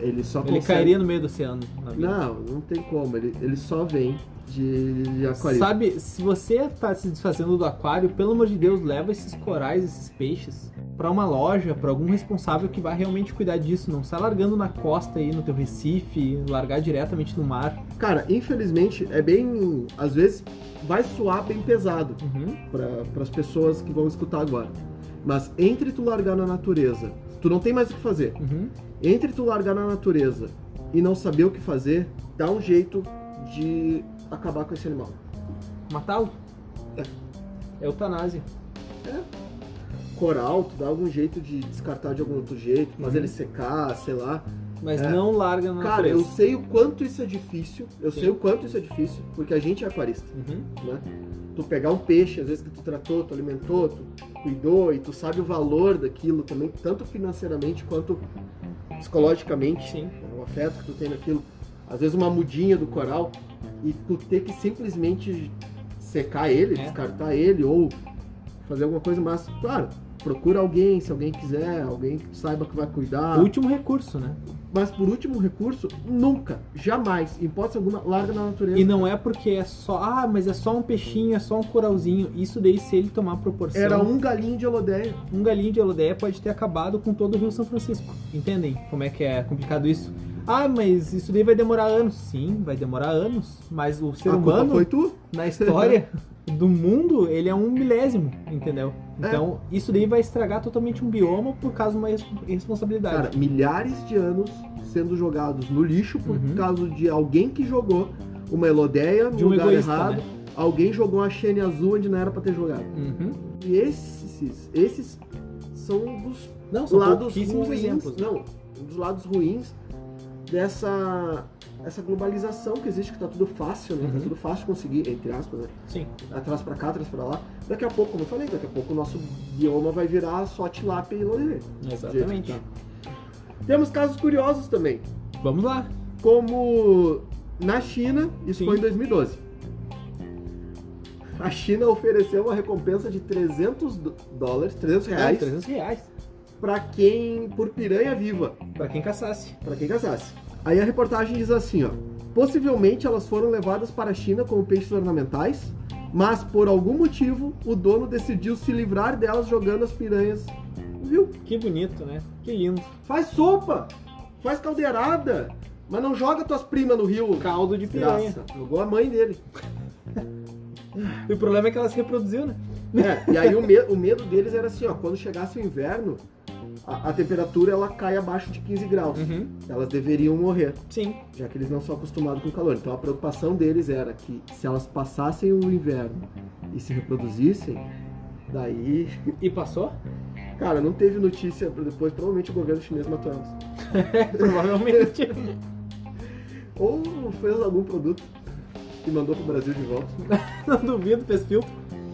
Speaker 2: Ele só
Speaker 1: Ele
Speaker 2: consegue.
Speaker 1: cairia no meio do oceano. na vida.
Speaker 2: Não, é não tem como. Ele, ele só vem de, de aquarismo.
Speaker 1: Sabe, se você tá se desfazendo do aquário, pelo amor de Deus, leva esses corais, esses peixes, pra uma loja, pra algum responsável que vai realmente cuidar disso. Não sai largando na costa aí, no teu recife, largar diretamente no mar.
Speaker 2: Cara, infelizmente, é bem. Às vezes vai soar bem pesado
Speaker 1: Uhum.
Speaker 2: para as pessoas que vão escutar agora. Mas entre tu largar na natureza, tu não tem mais o que fazer.
Speaker 1: Uhum.
Speaker 2: Entre tu largar na natureza e não saber o que fazer, dá um jeito de acabar com esse animal.
Speaker 1: Matá-lo? É. Eutanásia.
Speaker 2: Coral, tu dá algum jeito de descartar de algum outro jeito, fazer
Speaker 1: Uhum.
Speaker 2: ele secar, sei lá.
Speaker 1: Mas
Speaker 2: É.
Speaker 1: não larga na
Speaker 2: Cara, eu
Speaker 1: natureza.
Speaker 2: sei o quanto isso é difícil, eu
Speaker 1: Sim.
Speaker 2: sei o quanto isso é difícil, porque a gente é aquarista,
Speaker 1: Uhum.
Speaker 2: né? Tu pegar um peixe, às vezes que tu tratou, tu alimentou, tu cuidou e tu sabe o valor daquilo também, tanto financeiramente quanto psicologicamente.
Speaker 1: Sim.
Speaker 2: o É um afeto que tu tem naquilo, às vezes uma mudinha do coral, e tu ter que simplesmente secar ele,
Speaker 1: É.
Speaker 2: descartar ele, ou fazer alguma coisa, mas, claro, procura alguém, se alguém quiser, alguém que tu saiba que vai cuidar.
Speaker 1: Último recurso, né?
Speaker 2: Mas por último recurso, nunca, jamais, em hipótese alguma, larga na natureza.
Speaker 1: E não é porque é só, ah, mas é só um peixinho, é só um coralzinho. Isso daí, se ele tomar proporção,
Speaker 2: Era um galinho de olodeia.
Speaker 1: um galinho de Elodeia pode ter acabado com todo o Rio São Francisco. Entendem como é que é complicado isso? Ah, mas isso daí vai demorar anos. Sim, vai demorar anos. Mas o ser
Speaker 2: A culpa
Speaker 1: humano,
Speaker 2: foi tu?
Speaker 1: na história do mundo, ele é um milésimo, entendeu?
Speaker 2: É.
Speaker 1: Então, isso daí vai estragar totalmente um bioma por causa de uma res- irresponsabilidade.
Speaker 2: Cara, milhares de anos sendo jogados no lixo por
Speaker 1: Uhum.
Speaker 2: causa de alguém que jogou uma elodeia no
Speaker 1: de um
Speaker 2: lugar
Speaker 1: egoísta,
Speaker 2: errado.
Speaker 1: né?
Speaker 2: Alguém jogou uma Xene azul onde não era pra ter jogado.
Speaker 1: Uhum.
Speaker 2: E esses, esses são um dos
Speaker 1: Não, são
Speaker 2: lados
Speaker 1: pouquíssimos
Speaker 2: ruins,
Speaker 1: exemplos. né?
Speaker 2: não, um dos lados ruins dessa essa globalização que existe, que tá tudo fácil, né?
Speaker 1: Uhum.
Speaker 2: Tá tudo fácil conseguir, entre aspas, né?
Speaker 1: Sim.
Speaker 2: Atrás pra cá, atrás pra lá. Daqui a pouco, como eu falei, daqui a pouco o nosso bioma vai virar só tilápia e lolê.
Speaker 1: Exatamente.
Speaker 2: Temos casos curiosos também,
Speaker 1: Vamos lá.
Speaker 2: como na China, isso
Speaker 1: Sim.
Speaker 2: foi em 2012. A China ofereceu uma recompensa de 300 do- dólares, 300
Speaker 1: É,
Speaker 2: reais,
Speaker 1: 300 reais.
Speaker 2: para quem por piranha viva,
Speaker 1: Pra quem caçasse.
Speaker 2: para quem caçasse. Aí a reportagem diz assim, ó: possivelmente elas foram levadas para a China como peixes ornamentais, mas por algum motivo o dono decidiu se livrar delas jogando as piranhas no rio.
Speaker 1: Que bonito, né? Que lindo.
Speaker 2: Faz sopa, faz caldeirada, mas não joga tuas primas no rio.
Speaker 1: Caldo de piranha.
Speaker 2: Graça. Jogou a mãe dele.
Speaker 1: E o problema é que ela se reproduziu, né?
Speaker 2: É, e aí o, me- o medo deles era assim, ó, quando chegasse o inverno, a, a temperatura ela cai abaixo de 15 graus.
Speaker 1: Uhum.
Speaker 2: Elas deveriam morrer.
Speaker 1: Sim.
Speaker 2: já que eles não são acostumados com calor. Então a preocupação deles era que se elas passassem o inverno e se reproduzissem, daí.
Speaker 1: E passou?
Speaker 2: Cara, não teve notícia pra depois, provavelmente o governo chinês matou elas.
Speaker 1: Provavelmente.
Speaker 2: Ou fez algum produto e né? mandou pro Brasil de volta.
Speaker 1: Não duvido, fez filtro.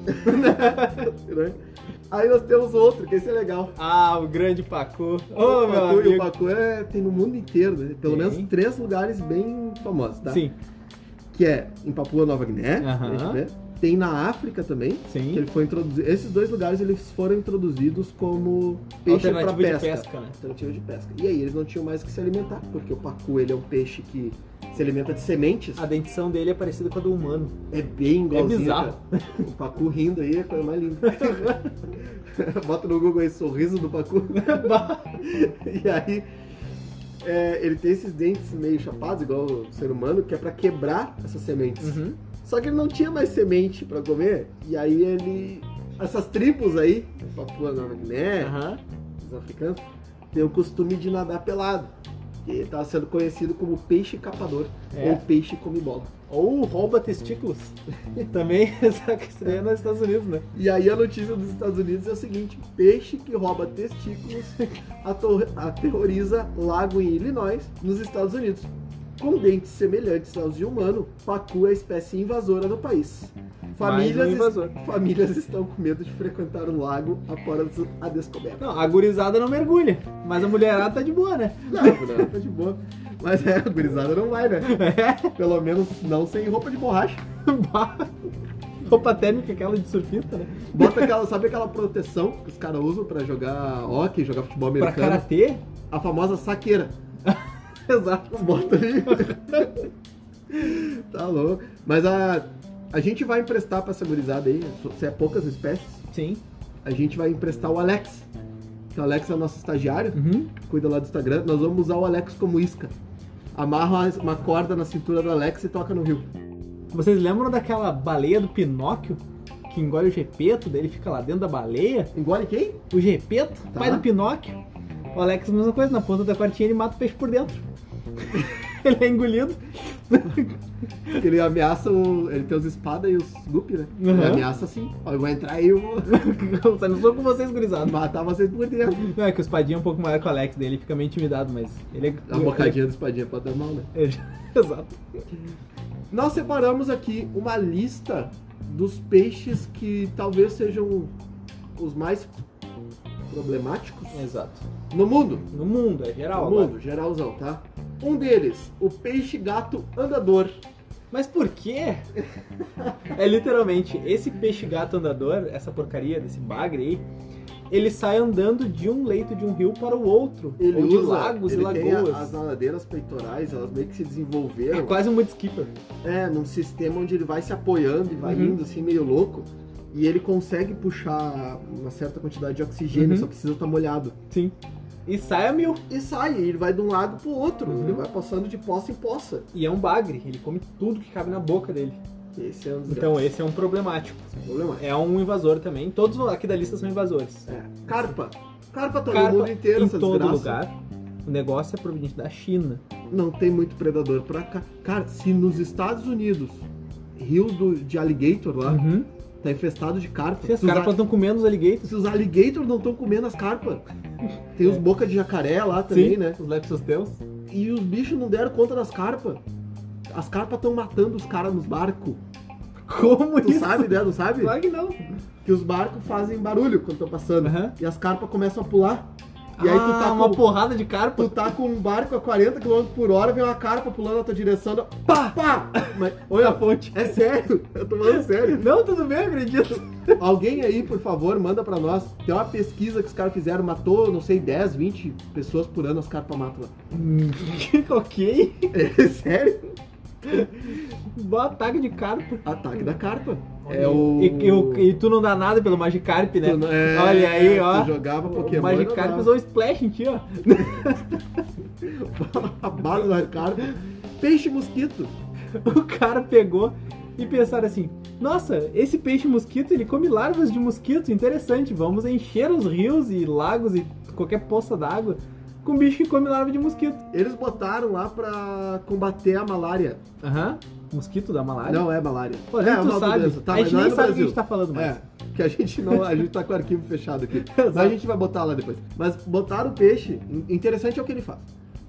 Speaker 2: né? Aí nós temos outro, que esse é legal.
Speaker 1: Ah, o grande Pacu. Ô, meu
Speaker 2: o pacu, e o
Speaker 1: amigo.
Speaker 2: pacu é, tem no mundo inteiro, né? Pelo
Speaker 1: Tem.
Speaker 2: menos três lugares bem famosos, tá?
Speaker 1: Sim,
Speaker 2: Que é em Papua Nova Guiné,
Speaker 1: Aham.
Speaker 2: deixa eu ver. tem na África também, que
Speaker 1: sim.
Speaker 2: ele foi introduzido. Esses dois lugares eles foram introduzidos como peixe para
Speaker 1: Alternativa
Speaker 2: pesca.
Speaker 1: de pesca, né?
Speaker 2: Alternativa de pesca. E aí eles não tinham mais o que se alimentar, porque o pacu ele é um peixe que se alimenta de sementes.
Speaker 1: A dentição dele é parecida com a do humano.
Speaker 2: É bem igualzinho.
Speaker 1: bizarro.
Speaker 2: cara. O pacu rindo aí é a coisa mais linda. Bota no Google aí sorriso do pacu. e aí é, ele tem esses dentes meio chapados, igual o ser humano, que é pra quebrar essas sementes.
Speaker 1: Uhum.
Speaker 2: Só que ele não tinha mais semente pra comer, e aí ele. Essas tribos aí, Papua Nova Guiné,
Speaker 1: Aham.
Speaker 2: os africanos, têm o costume de nadar pelado. Que tá sendo conhecido como peixe capador,
Speaker 1: É.
Speaker 2: ou peixe come bola.
Speaker 1: Ou rouba testículos. Também, só que isso daí é nos Estados Unidos, né?
Speaker 2: E aí a notícia dos Estados Unidos é o seguinte: peixe que rouba testículos ator- aterroriza lago em Illinois, nos Estados Unidos. Com dentes semelhantes aos de humano, pacu é a espécie invasora do país. Famílias,
Speaker 1: Mais um invasor.
Speaker 2: famílias estão com medo de frequentar o lago após a descoberta.
Speaker 1: Não, a gurizada não mergulha, mas a mulherada tá de boa, né?
Speaker 2: Não, não, tá de boa. Mas é, a gurizada não vai, né? Pelo menos não sem roupa de borracha.
Speaker 1: Bah. Roupa térmica, aquela de surfista, né?
Speaker 2: Bota aquela, sabe aquela proteção que os caras usam pra jogar hockey, jogar futebol
Speaker 1: Pra
Speaker 2: americano?
Speaker 1: karatê?
Speaker 2: A famosa saqueira.
Speaker 1: Exato.
Speaker 2: Bota ali. tá louco. Mas a, a gente vai emprestar pra essa gurizada aí, so- se é poucas espécies,
Speaker 1: Sim.
Speaker 2: a gente vai emprestar o Alex. Que o Alex é o nosso estagiário,
Speaker 1: Uhum.
Speaker 2: cuida lá do Instagram. Nós vamos usar o Alex como isca. Amarra as- uma corda na cintura do Alex e toca no rio.
Speaker 1: Vocês lembram daquela baleia do Pinóquio? Que engole o Gepeto, daí ele fica lá dentro da baleia.
Speaker 2: Engole quem?
Speaker 1: O Gepeto,
Speaker 2: Tá.
Speaker 1: pai do Pinóquio. O Alex, mesma coisa, na ponta da cortinha ele mata o peixe por dentro. ele é engolido.
Speaker 2: Porque ele ameaça o. Ele tem os espadas e os gup, né?
Speaker 1: Uhum.
Speaker 2: Ele ameaça assim. Ó, eu vou entrar aí e eu vou
Speaker 1: Só não sou com vocês, gurizada.
Speaker 2: matar vocês por dentro.
Speaker 1: Não, é que o Espadinha é um pouco maior que o Alex, daí ele fica meio intimidado, mas ele é.
Speaker 2: A bocadinha do espadinha pode dar mal, né?
Speaker 1: Ele- Exato.
Speaker 2: Nós separamos aqui uma lista dos peixes que talvez sejam os mais problemáticos
Speaker 1: Exato.
Speaker 2: no mundo.
Speaker 1: No mundo, é geral.
Speaker 2: no
Speaker 1: agora.
Speaker 2: mundo, geralzão, tá? Um deles, o peixe gato andador.
Speaker 1: Mas por quê? é literalmente, esse peixe gato andador, essa porcaria desse bagre aí, ele sai andando de um leito de um rio para o outro. ou de lagos
Speaker 2: ele
Speaker 1: e
Speaker 2: tem a-
Speaker 1: lagoas.
Speaker 2: as nadadeiras peitorais, elas meio que se
Speaker 1: É
Speaker 2: desenvolveram.
Speaker 1: quase um mud skipper.
Speaker 2: É, num sistema onde ele vai se apoiando e vai
Speaker 1: Uhum.
Speaker 2: indo assim meio louco. E ele consegue puxar uma certa quantidade de oxigênio,
Speaker 1: Uhum.
Speaker 2: só precisa estar molhado.
Speaker 1: Sim. E sai a mil.
Speaker 2: E sai, ele vai de um lado pro outro,
Speaker 1: Uhum.
Speaker 2: ele vai passando de poça em poça.
Speaker 1: E é um bagre, ele come tudo que cabe na boca dele.
Speaker 2: Esse é um dos
Speaker 1: Então esse é um problemático.
Speaker 2: problema.
Speaker 1: É um invasor também. Todos aqui da lista são invasores.
Speaker 2: É. Carpa. Carpa tá
Speaker 1: Carpa
Speaker 2: no mundo inteiro,
Speaker 1: em
Speaker 2: essa
Speaker 1: todo
Speaker 2: desgraça.
Speaker 1: lugar. O negócio é proveniente da China.
Speaker 2: Não tem muito predador pra cá. Cara, se nos Estados Unidos, rio do- de alligator lá,
Speaker 1: Uhum.
Speaker 2: tá infestado de carpa.
Speaker 1: Se as
Speaker 2: se, os
Speaker 1: caras
Speaker 2: a-
Speaker 1: estão comendo os alligators,
Speaker 2: se os alligator não estão comendo as carpas. Tem os boca de jacaré lá também,
Speaker 1: É. Sim.
Speaker 2: né?
Speaker 1: os leptosteus,
Speaker 2: E os bichos não deram conta das carpas. As carpas estão matando os caras nos barcos.
Speaker 1: como
Speaker 2: Tu
Speaker 1: isso?
Speaker 2: sabe, né? Não sabe?
Speaker 1: Claro que não.
Speaker 2: Que os barcos fazem barulho quando estão passando.
Speaker 1: Aham.
Speaker 2: E as carpas começam a pular. E aí tu
Speaker 1: Ah,
Speaker 2: tá
Speaker 1: uma
Speaker 2: com...
Speaker 1: porrada de carpa.
Speaker 2: Tu tá com um barco a 40 km por hora, vem uma carpa pulando na tua direção. dá- Pá! Pá! Mas,
Speaker 1: Olha a fonte.
Speaker 2: é sério, eu tô falando sério.
Speaker 1: Não, tudo bem, eu acredito.
Speaker 2: Alguém aí, por favor, manda pra nós. Tem uma pesquisa que os caras fizeram, matou, não sei, 10, 20 pessoas por ano as carpas matam lá.
Speaker 1: Hum, ok.
Speaker 2: É sério?
Speaker 1: Bom ataque de carpa.
Speaker 2: Ataque da carpa. É o.
Speaker 1: E, e- e tu não dá nada pelo Magikarp, né?
Speaker 2: Tu não- é,
Speaker 1: Olha aí,
Speaker 2: tu
Speaker 1: ó.
Speaker 2: jogava
Speaker 1: o
Speaker 2: Pokémon.
Speaker 1: Magikarp
Speaker 2: e
Speaker 1: usou o Splash em ti, ó.
Speaker 2: jogava a bala da carpa. Peixe mosquito.
Speaker 1: O cara pegou e pensaram assim: nossa, esse peixe mosquito ele come larvas de mosquito, interessante. Vamos encher os rios e lagos e qualquer poça d'água com bicho que come larva de mosquito.
Speaker 2: Eles botaram lá pra combater a malária.
Speaker 1: Aham. Mosquito da malária?
Speaker 2: Não é malária.
Speaker 1: Pô,
Speaker 2: é,
Speaker 1: nem
Speaker 2: é
Speaker 1: tu
Speaker 2: uma
Speaker 1: sabe.
Speaker 2: doença. Tá,
Speaker 1: a gente
Speaker 2: mas não é
Speaker 1: nem sabe o
Speaker 2: no
Speaker 1: que a
Speaker 2: Brasil.
Speaker 1: gente tá falando mais.
Speaker 2: É, que a gente não. A gente tá com o arquivo fechado aqui. É. Mas a gente vai botar lá depois. Mas botaram o peixe. in- Interessante é o que ele faz.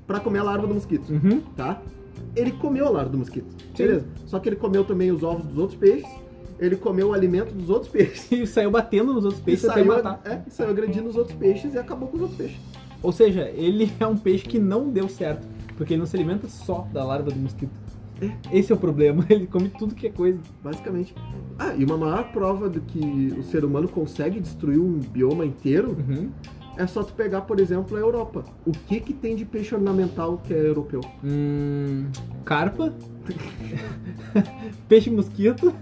Speaker 2: Pra comer a larva do mosquito,
Speaker 1: Uhum.
Speaker 2: tá? Ele comeu a larva do mosquito. Beleza. Só que ele comeu também os ovos dos outros peixes. ele comeu o alimento dos outros peixes.
Speaker 1: E saiu batendo nos outros
Speaker 2: E
Speaker 1: peixes até
Speaker 2: saiu,
Speaker 1: matar.
Speaker 2: é, e saiu agredindo os outros peixes e acabou com os outros peixes.
Speaker 1: Ou seja, ele é um peixe que não deu certo, porque ele não se alimenta só da larva do mosquito. Esse é o problema, ele come tudo que é coisa.
Speaker 2: Basicamente. Ah, e uma maior prova do que o ser humano consegue destruir um bioma inteiro
Speaker 1: Uhum.
Speaker 2: é só tu pegar, por exemplo, a Europa. O que que tem de peixe ornamental que é europeu?
Speaker 1: Hum, carpa. peixe mosquito.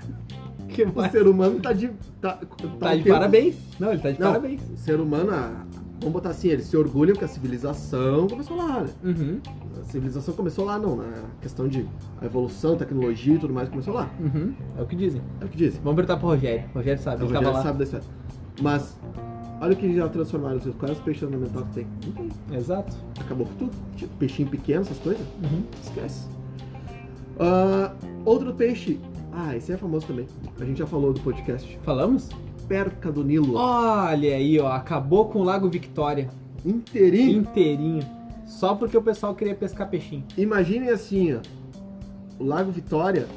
Speaker 1: que
Speaker 2: O
Speaker 1: mais?
Speaker 2: ser humano tá de. Tá, tá
Speaker 1: Tá
Speaker 2: um
Speaker 1: de
Speaker 2: tempo-
Speaker 1: parabéns. Não, ele tá de
Speaker 2: Não.
Speaker 1: parabéns.
Speaker 2: O ser humano, ah, vamos botar assim, ele se orgulha que a civilização começou lá. né?
Speaker 1: Uhum,
Speaker 2: A civilização começou lá, não. né? A questão de a evolução, tecnologia e tudo mais começou lá.
Speaker 1: uhum. É o que dizem.
Speaker 2: É o que dizem.
Speaker 1: Vamos perguntar pro Rogério. O Rogério sabe, ele
Speaker 2: O Rogério
Speaker 1: tava lá.
Speaker 2: sabe da história. Mas, olha o que já transformaram os seus. Qual é os peixes ornamental que tem? Não tem.
Speaker 1: Exato.
Speaker 2: Acabou com tudo. Tipo, peixinho pequeno, essas coisas.
Speaker 1: Uhum.
Speaker 2: Esquece. Ah, outro peixe. Ah, esse é famoso também. A gente já falou do podcast.
Speaker 1: Falamos?
Speaker 2: Perca do Nilo.
Speaker 1: Olha aí, ó. Acabou com o Lago Victória.
Speaker 2: Inteirinho.
Speaker 1: Inteirinho. Só porque o pessoal queria pescar peixinho.
Speaker 2: Imaginem assim, ó. O Lago Vitória,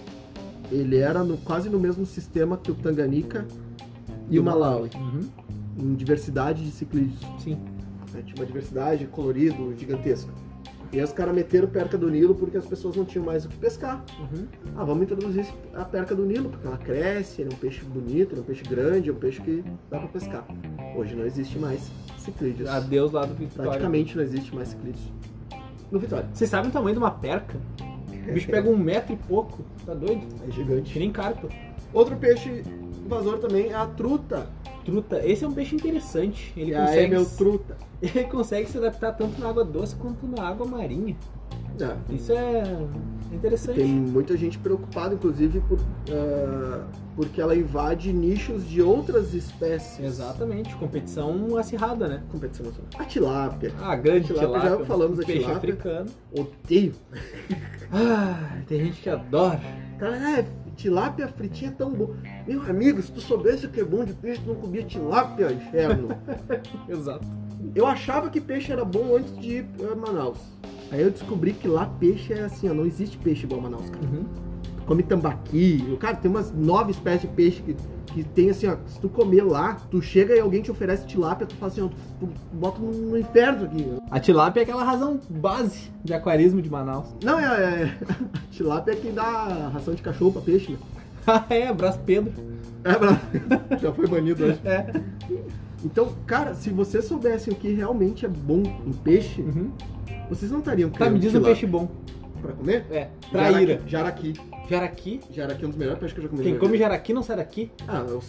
Speaker 2: ele era no- quase no mesmo sistema que o Tanganica e o Malawi.
Speaker 1: Uhum.
Speaker 2: Em diversidade de ciclistas.
Speaker 1: Sim.
Speaker 2: né? Tinha uma diversidade colorido, gigantesca. E aí os caras meteram perca do Nilo porque as pessoas não tinham mais o que pescar.
Speaker 1: Uhum.
Speaker 2: Ah, vamos introduzir esse- a perca do Nilo, porque ela cresce, ele é um peixe bonito, ele é um peixe grande, é um peixe que dá pra pescar. Hoje não existe mais ciclídeos.
Speaker 1: Adeus lá do Victória.
Speaker 2: Praticamente não existe mais ciclídeos. No Vitória.
Speaker 1: Vocês sabem o tamanho de uma perca? O bicho pega um metro e pouco. Tá doido?
Speaker 2: É gigante.
Speaker 1: Que nem carpa.
Speaker 2: Outro peixe invasor também é a truta.
Speaker 1: Truta. Esse é um peixe interessante. Ele
Speaker 2: E a
Speaker 1: consegue,
Speaker 2: meu truta.
Speaker 1: ele consegue se adaptar tanto na água doce quanto na água marinha.
Speaker 2: É.
Speaker 1: Isso é interessante.
Speaker 2: Tem muita gente preocupada, inclusive, por, ah, porque ela invade nichos de outras espécies.
Speaker 1: Exatamente. Competição acirrada, né?
Speaker 2: Competição nacional. A tilápia.
Speaker 1: Ah, grande
Speaker 2: Tilápia,
Speaker 1: tilápia.
Speaker 2: já falamos da
Speaker 1: peixe
Speaker 2: tilápia.
Speaker 1: africano.
Speaker 2: Odeio.
Speaker 1: Ah, tem gente que adora.
Speaker 2: Cara, é, tilápia fritinha é tão bom. Meu amigo, se tu soubesse o que é bom de peixe, tu não comia tilápia, inferno.
Speaker 1: Exato.
Speaker 2: eu achava que peixe era bom antes de ir pra Manaus. Aí eu descobri que lá peixe é assim, ó, não existe peixe bom em Manaus, cara.
Speaker 1: Uhum.
Speaker 2: come tambaqui. Cara, tem umas nove espécies de peixe que, que tem assim, ó. Se tu comer lá, tu chega e alguém te oferece tilápia, tu fala assim, ó, tu, tu bota no, no inferno aqui.
Speaker 1: A tilápia é aquela razão base de aquarismo de Manaus.
Speaker 2: Não, é. é tilápia é quem dá ração de cachorro pra peixe, né?
Speaker 1: Ah, é, abraço Pedro.
Speaker 2: É, pra... já foi banido hoje.
Speaker 1: É.
Speaker 2: Então, cara, se vocês soubessem o que realmente é bom em peixe,
Speaker 1: Uhum.
Speaker 2: vocês não estariam
Speaker 1: Tá, me
Speaker 2: criando
Speaker 1: diz um
Speaker 2: tilápia
Speaker 1: peixe bom.
Speaker 2: pra comer?
Speaker 1: É, traíra.
Speaker 2: Jaraqui.
Speaker 1: Jaraqui.
Speaker 2: Jaraqui é um dos melhores peixes que eu já comi.
Speaker 1: Quem
Speaker 2: na
Speaker 1: come
Speaker 2: minha vida.
Speaker 1: jaraqui não sai daqui.
Speaker 2: Ah, eu,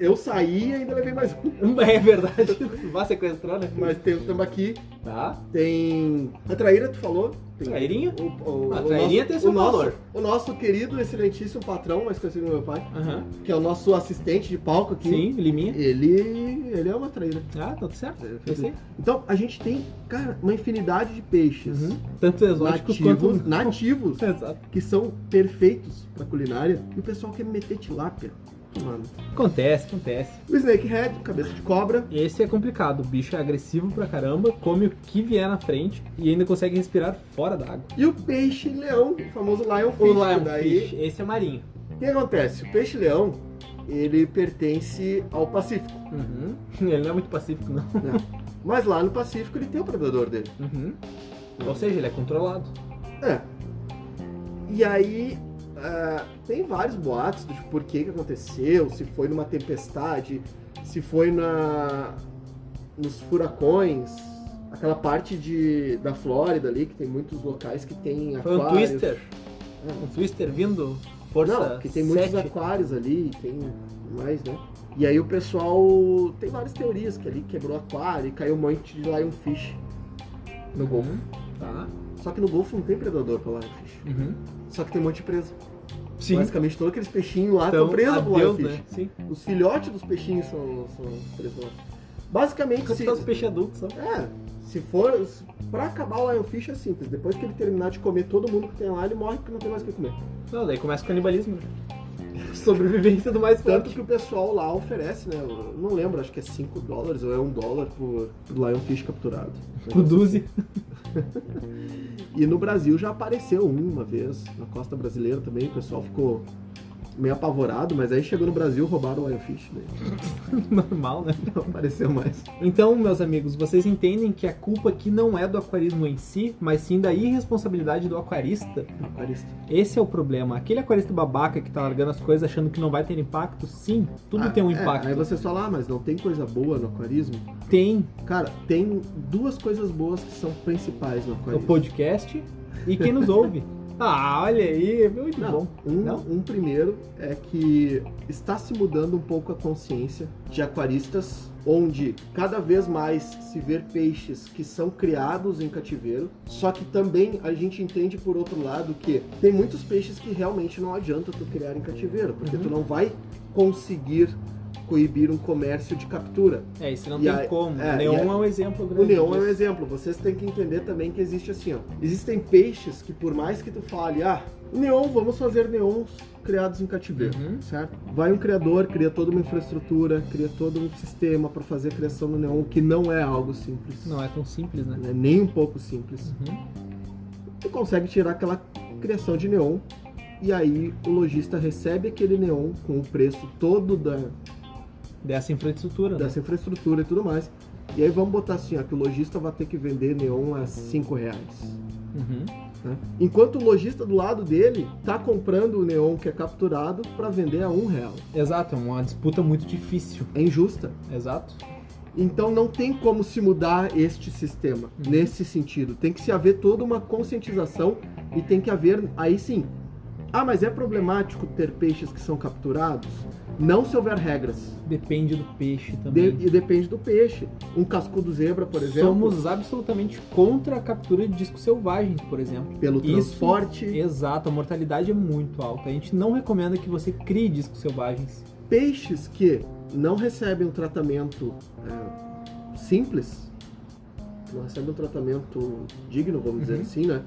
Speaker 2: eu saí e ainda levei mais um.
Speaker 1: É verdade. Vá sequestrar, né?
Speaker 2: Mas tem o tambaqui,
Speaker 1: Tá.
Speaker 2: Tem. A traíra, tu falou? Tem
Speaker 1: Trairinha?
Speaker 2: O, o,
Speaker 1: A
Speaker 2: o
Speaker 1: traírinha
Speaker 2: nosso,
Speaker 1: tem seu
Speaker 2: o nosso-
Speaker 1: valor.
Speaker 2: O nosso querido, excelentíssimo patrão, mais conhecido como meu pai,
Speaker 1: Aham.
Speaker 2: que é o nosso assistente de palco aqui.
Speaker 1: Sim, liminha.
Speaker 2: Ele, ele é uma traíra.
Speaker 1: Ah, tá tudo certo.
Speaker 2: É,
Speaker 1: Eu sei.
Speaker 2: Então, a gente tem, cara, uma infinidade de peixes
Speaker 1: Uhum. Tanto exóticos
Speaker 2: nativos,
Speaker 1: quanto...
Speaker 2: nativos
Speaker 1: Exato.
Speaker 2: que são perfeitos pra culinária e o pessoal quer meter tilápia. Mano.
Speaker 1: Acontece, acontece.
Speaker 2: O snakehead, cabeça de cobra.
Speaker 1: Esse é complicado. O bicho é agressivo pra caramba, come o que vier na frente e ainda consegue respirar fora da água.
Speaker 2: E o peixe-leão, o famoso lionfish.
Speaker 1: O
Speaker 2: que daí-
Speaker 1: lionfish, esse é marinho.
Speaker 2: O que acontece? O peixe-leão, ele pertence ao Pacífico.
Speaker 1: Uhum. Ele não é muito pacífico, não.
Speaker 2: Mas lá no Pacífico ele tem o predador dele.
Speaker 1: Uhum. Ou seja, ele é controlado.
Speaker 2: É. E aí, ah, tem vários boatos do tipo, por que que aconteceu, se foi numa tempestade, se foi na nos furacões, aquela parte de, da Flórida ali, que tem muitos locais que tem
Speaker 1: Foi
Speaker 2: aquários.
Speaker 1: um twister. Um twister vindo, força
Speaker 2: Não, que tem muitos
Speaker 1: sete.
Speaker 2: aquários ali, tem mais, né? E aí o pessoal tem várias teorias que ali quebrou aquário e caiu um monte de lionfish no Golfo.
Speaker 1: Uhum. Tá.
Speaker 2: Só que no Golfo não tem predador pra lionfish.
Speaker 1: Uhum.
Speaker 2: Só que tem um monte de preso.
Speaker 1: Sim.
Speaker 2: Basicamente todos aqueles peixinhos lá estão
Speaker 1: Então,
Speaker 2: presos pro
Speaker 1: adeus,
Speaker 2: lionfish.
Speaker 1: né? Sim.
Speaker 2: Os filhotes dos peixinhos são, são presos pro lionfish. Basicamente,
Speaker 1: Quanto
Speaker 2: se,
Speaker 1: tá os peixes adultos só?
Speaker 2: é, se for... se- Pra acabar o lionfish é simples. Depois que ele terminar de comer todo mundo que tem lá, ele morre porque não tem mais o que comer.
Speaker 1: Não, daí começa o canibalismo. né? Sobrevivência do mais
Speaker 2: Tanto
Speaker 1: forte.
Speaker 2: que o pessoal lá oferece, né? eu não lembro, acho que é 5 dólares ou é 1 dólar por Lionfish capturado.
Speaker 1: Produze.
Speaker 2: E no Brasil já apareceu um uma vez, na costa brasileira também, o pessoal ficou meio apavorado, mas aí chegou no Brasil roubaram o Wildfish. Daí
Speaker 1: Normal, né?
Speaker 2: não apareceu mais.
Speaker 1: Então, meus amigos, vocês entendem que a culpa aqui não é do aquarismo em si, mas sim da irresponsabilidade do aquarista?
Speaker 2: Aquarista.
Speaker 1: Esse é o problema. Aquele aquarista babaca que tá largando as coisas achando que não vai ter impacto, sim, tudo
Speaker 2: Ah,
Speaker 1: tem um
Speaker 2: é,
Speaker 1: impacto.
Speaker 2: aí você fala, ah, mas não tem coisa boa no aquarismo?
Speaker 1: Tem
Speaker 2: Cara, tem duas coisas boas que são principais no
Speaker 1: o
Speaker 2: aquarismo.
Speaker 1: podcast e quem nos ouve. Ah, olha aí, muito
Speaker 2: Não,
Speaker 1: bom.
Speaker 2: Um,
Speaker 1: Não?
Speaker 2: um primeiro é que está se mudando um pouco a consciência de aquaristas, onde cada vez mais se vê peixes que são criados em cativeiro, só que também a gente entende por outro lado que tem muitos peixes que realmente não adianta tu criar em cativeiro, porque
Speaker 1: Uhum.
Speaker 2: tu não vai conseguir coibir um comércio de captura.
Speaker 1: É, isso não
Speaker 2: E
Speaker 1: tem
Speaker 2: aí-
Speaker 1: como.
Speaker 2: é,
Speaker 1: o
Speaker 2: e
Speaker 1: neon
Speaker 2: aí-
Speaker 1: é um exemplo grande.
Speaker 2: O neon é um
Speaker 1: disso.
Speaker 2: exemplo. Vocês têm que entender também que existe assim, ó. Existem peixes que por mais que tu fale, ah, neon, vamos fazer neons criados em cativeiro,
Speaker 1: Uhum.
Speaker 2: certo? Vai um criador, cria toda uma infraestrutura, cria todo um sistema para fazer a criação do neon, que não é algo simples.
Speaker 1: Não é tão simples, né?
Speaker 2: Não é nem um pouco simples.
Speaker 1: Uhum.
Speaker 2: Tu consegue tirar aquela criação de neon e aí o lojista recebe aquele neon com o preço todo da,
Speaker 1: Dessa infraestrutura, né?
Speaker 2: dessa infraestrutura e tudo mais. E aí vamos botar assim, ó, que o lojista vai ter que vender neon a 5 reais.
Speaker 1: Uhum.
Speaker 2: né? Enquanto o lojista do lado dele tá comprando o neon que é capturado para vender a um real.
Speaker 1: Exato, é uma disputa muito difícil.
Speaker 2: É injusta.
Speaker 1: Exato.
Speaker 2: Então não tem como se mudar este sistema
Speaker 1: Uhum.
Speaker 2: nesse sentido. Tem que se haver toda uma conscientização e tem que haver aí sim. Ah, mas é problemático ter peixes que são capturados? Não se houver regras.
Speaker 1: Depende do peixe
Speaker 2: De-
Speaker 1: também.
Speaker 2: e depende do peixe. Um cascudo zebra, por exemplo,
Speaker 1: Somos absolutamente contra a captura de disco selvagem, por exemplo.
Speaker 2: pelo
Speaker 1: Isso-
Speaker 2: transporte.
Speaker 1: Exato, a mortalidade é muito alta. A gente não recomenda que você crie discos selvagens.
Speaker 2: peixes que não recebem um tratamento é, simples, não recebem um tratamento digno, vamos dizer
Speaker 1: Uhum.
Speaker 2: assim, né?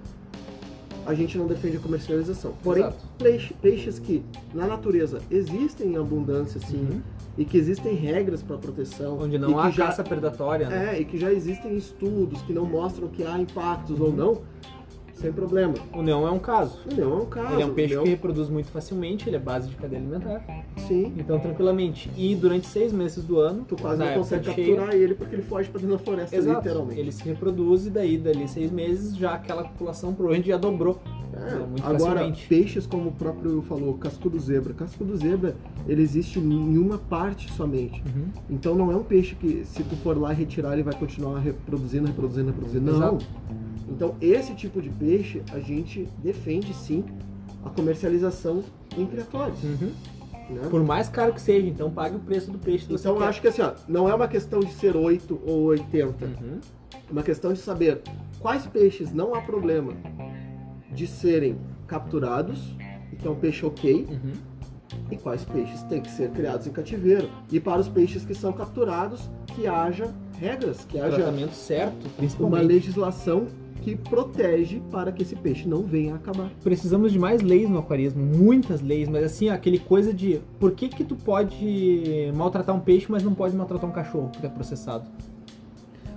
Speaker 2: A gente não defende a comercialização. Porém,
Speaker 1: Exato.
Speaker 2: peixe- peixes que na natureza existem em abundância, sim,
Speaker 1: Uhum.
Speaker 2: e que existem regras para proteção,
Speaker 1: Onde
Speaker 2: e
Speaker 1: não
Speaker 2: que
Speaker 1: há
Speaker 2: já-
Speaker 1: caça predatória, né?
Speaker 2: é, e que já existem estudos que não mostram que há impactos
Speaker 1: Uhum.
Speaker 2: ou não, sem problema.
Speaker 1: O neon é um caso.
Speaker 2: O leão é um caso.
Speaker 1: Ele é um peixe
Speaker 2: o
Speaker 1: que
Speaker 2: leão-
Speaker 1: reproduz muito facilmente, ele é base de cadeia alimentar.
Speaker 2: Sim.
Speaker 1: Então, tranquilamente. E durante seis meses do ano,
Speaker 2: Tu quase
Speaker 1: na
Speaker 2: não
Speaker 1: época
Speaker 2: consegue
Speaker 1: de cheia,
Speaker 2: capturar ele porque ele foge pra dentro da floresta,
Speaker 1: é, Exato.
Speaker 2: literalmente.
Speaker 1: Ele se reproduz e daí, dali seis meses, já aquela população provavelmente já dobrou. É, muito
Speaker 2: agora,
Speaker 1: facilmente.
Speaker 2: peixes, como o próprio falou, cascudo zebra. Cascudo zebra, ele existe em uma parte somente. Então não é um peixe que, se tu for lá retirar, ele vai continuar reproduzindo, reproduzindo, reproduzindo. Não.
Speaker 1: Exato.
Speaker 2: Então, esse tipo de peixe, a gente defende sim a comercialização em criatórios.
Speaker 1: Uhum.
Speaker 2: Né?
Speaker 1: Por mais caro que seja, então pague o preço do peixe que
Speaker 2: Então, eu
Speaker 1: você
Speaker 2: acho que assim, ó, não é uma questão de ser 8 ou 80.
Speaker 1: quer. Uhum.
Speaker 2: É uma questão de saber quais peixes não há problema de serem capturados, então peixe ok,
Speaker 1: Uhum.
Speaker 2: e quais peixes têm que ser criados em cativeiro. E para os peixes que são capturados, que haja regras, que haja
Speaker 1: Tratamento certo,
Speaker 2: uma
Speaker 1: principalmente.
Speaker 2: legislação que protege para que esse peixe não venha a acabar.
Speaker 1: Precisamos de mais leis no aquarismo, muitas leis, mas assim, aquele coisa de por que que tu pode maltratar um peixe, mas não pode maltratar um cachorro que é processado?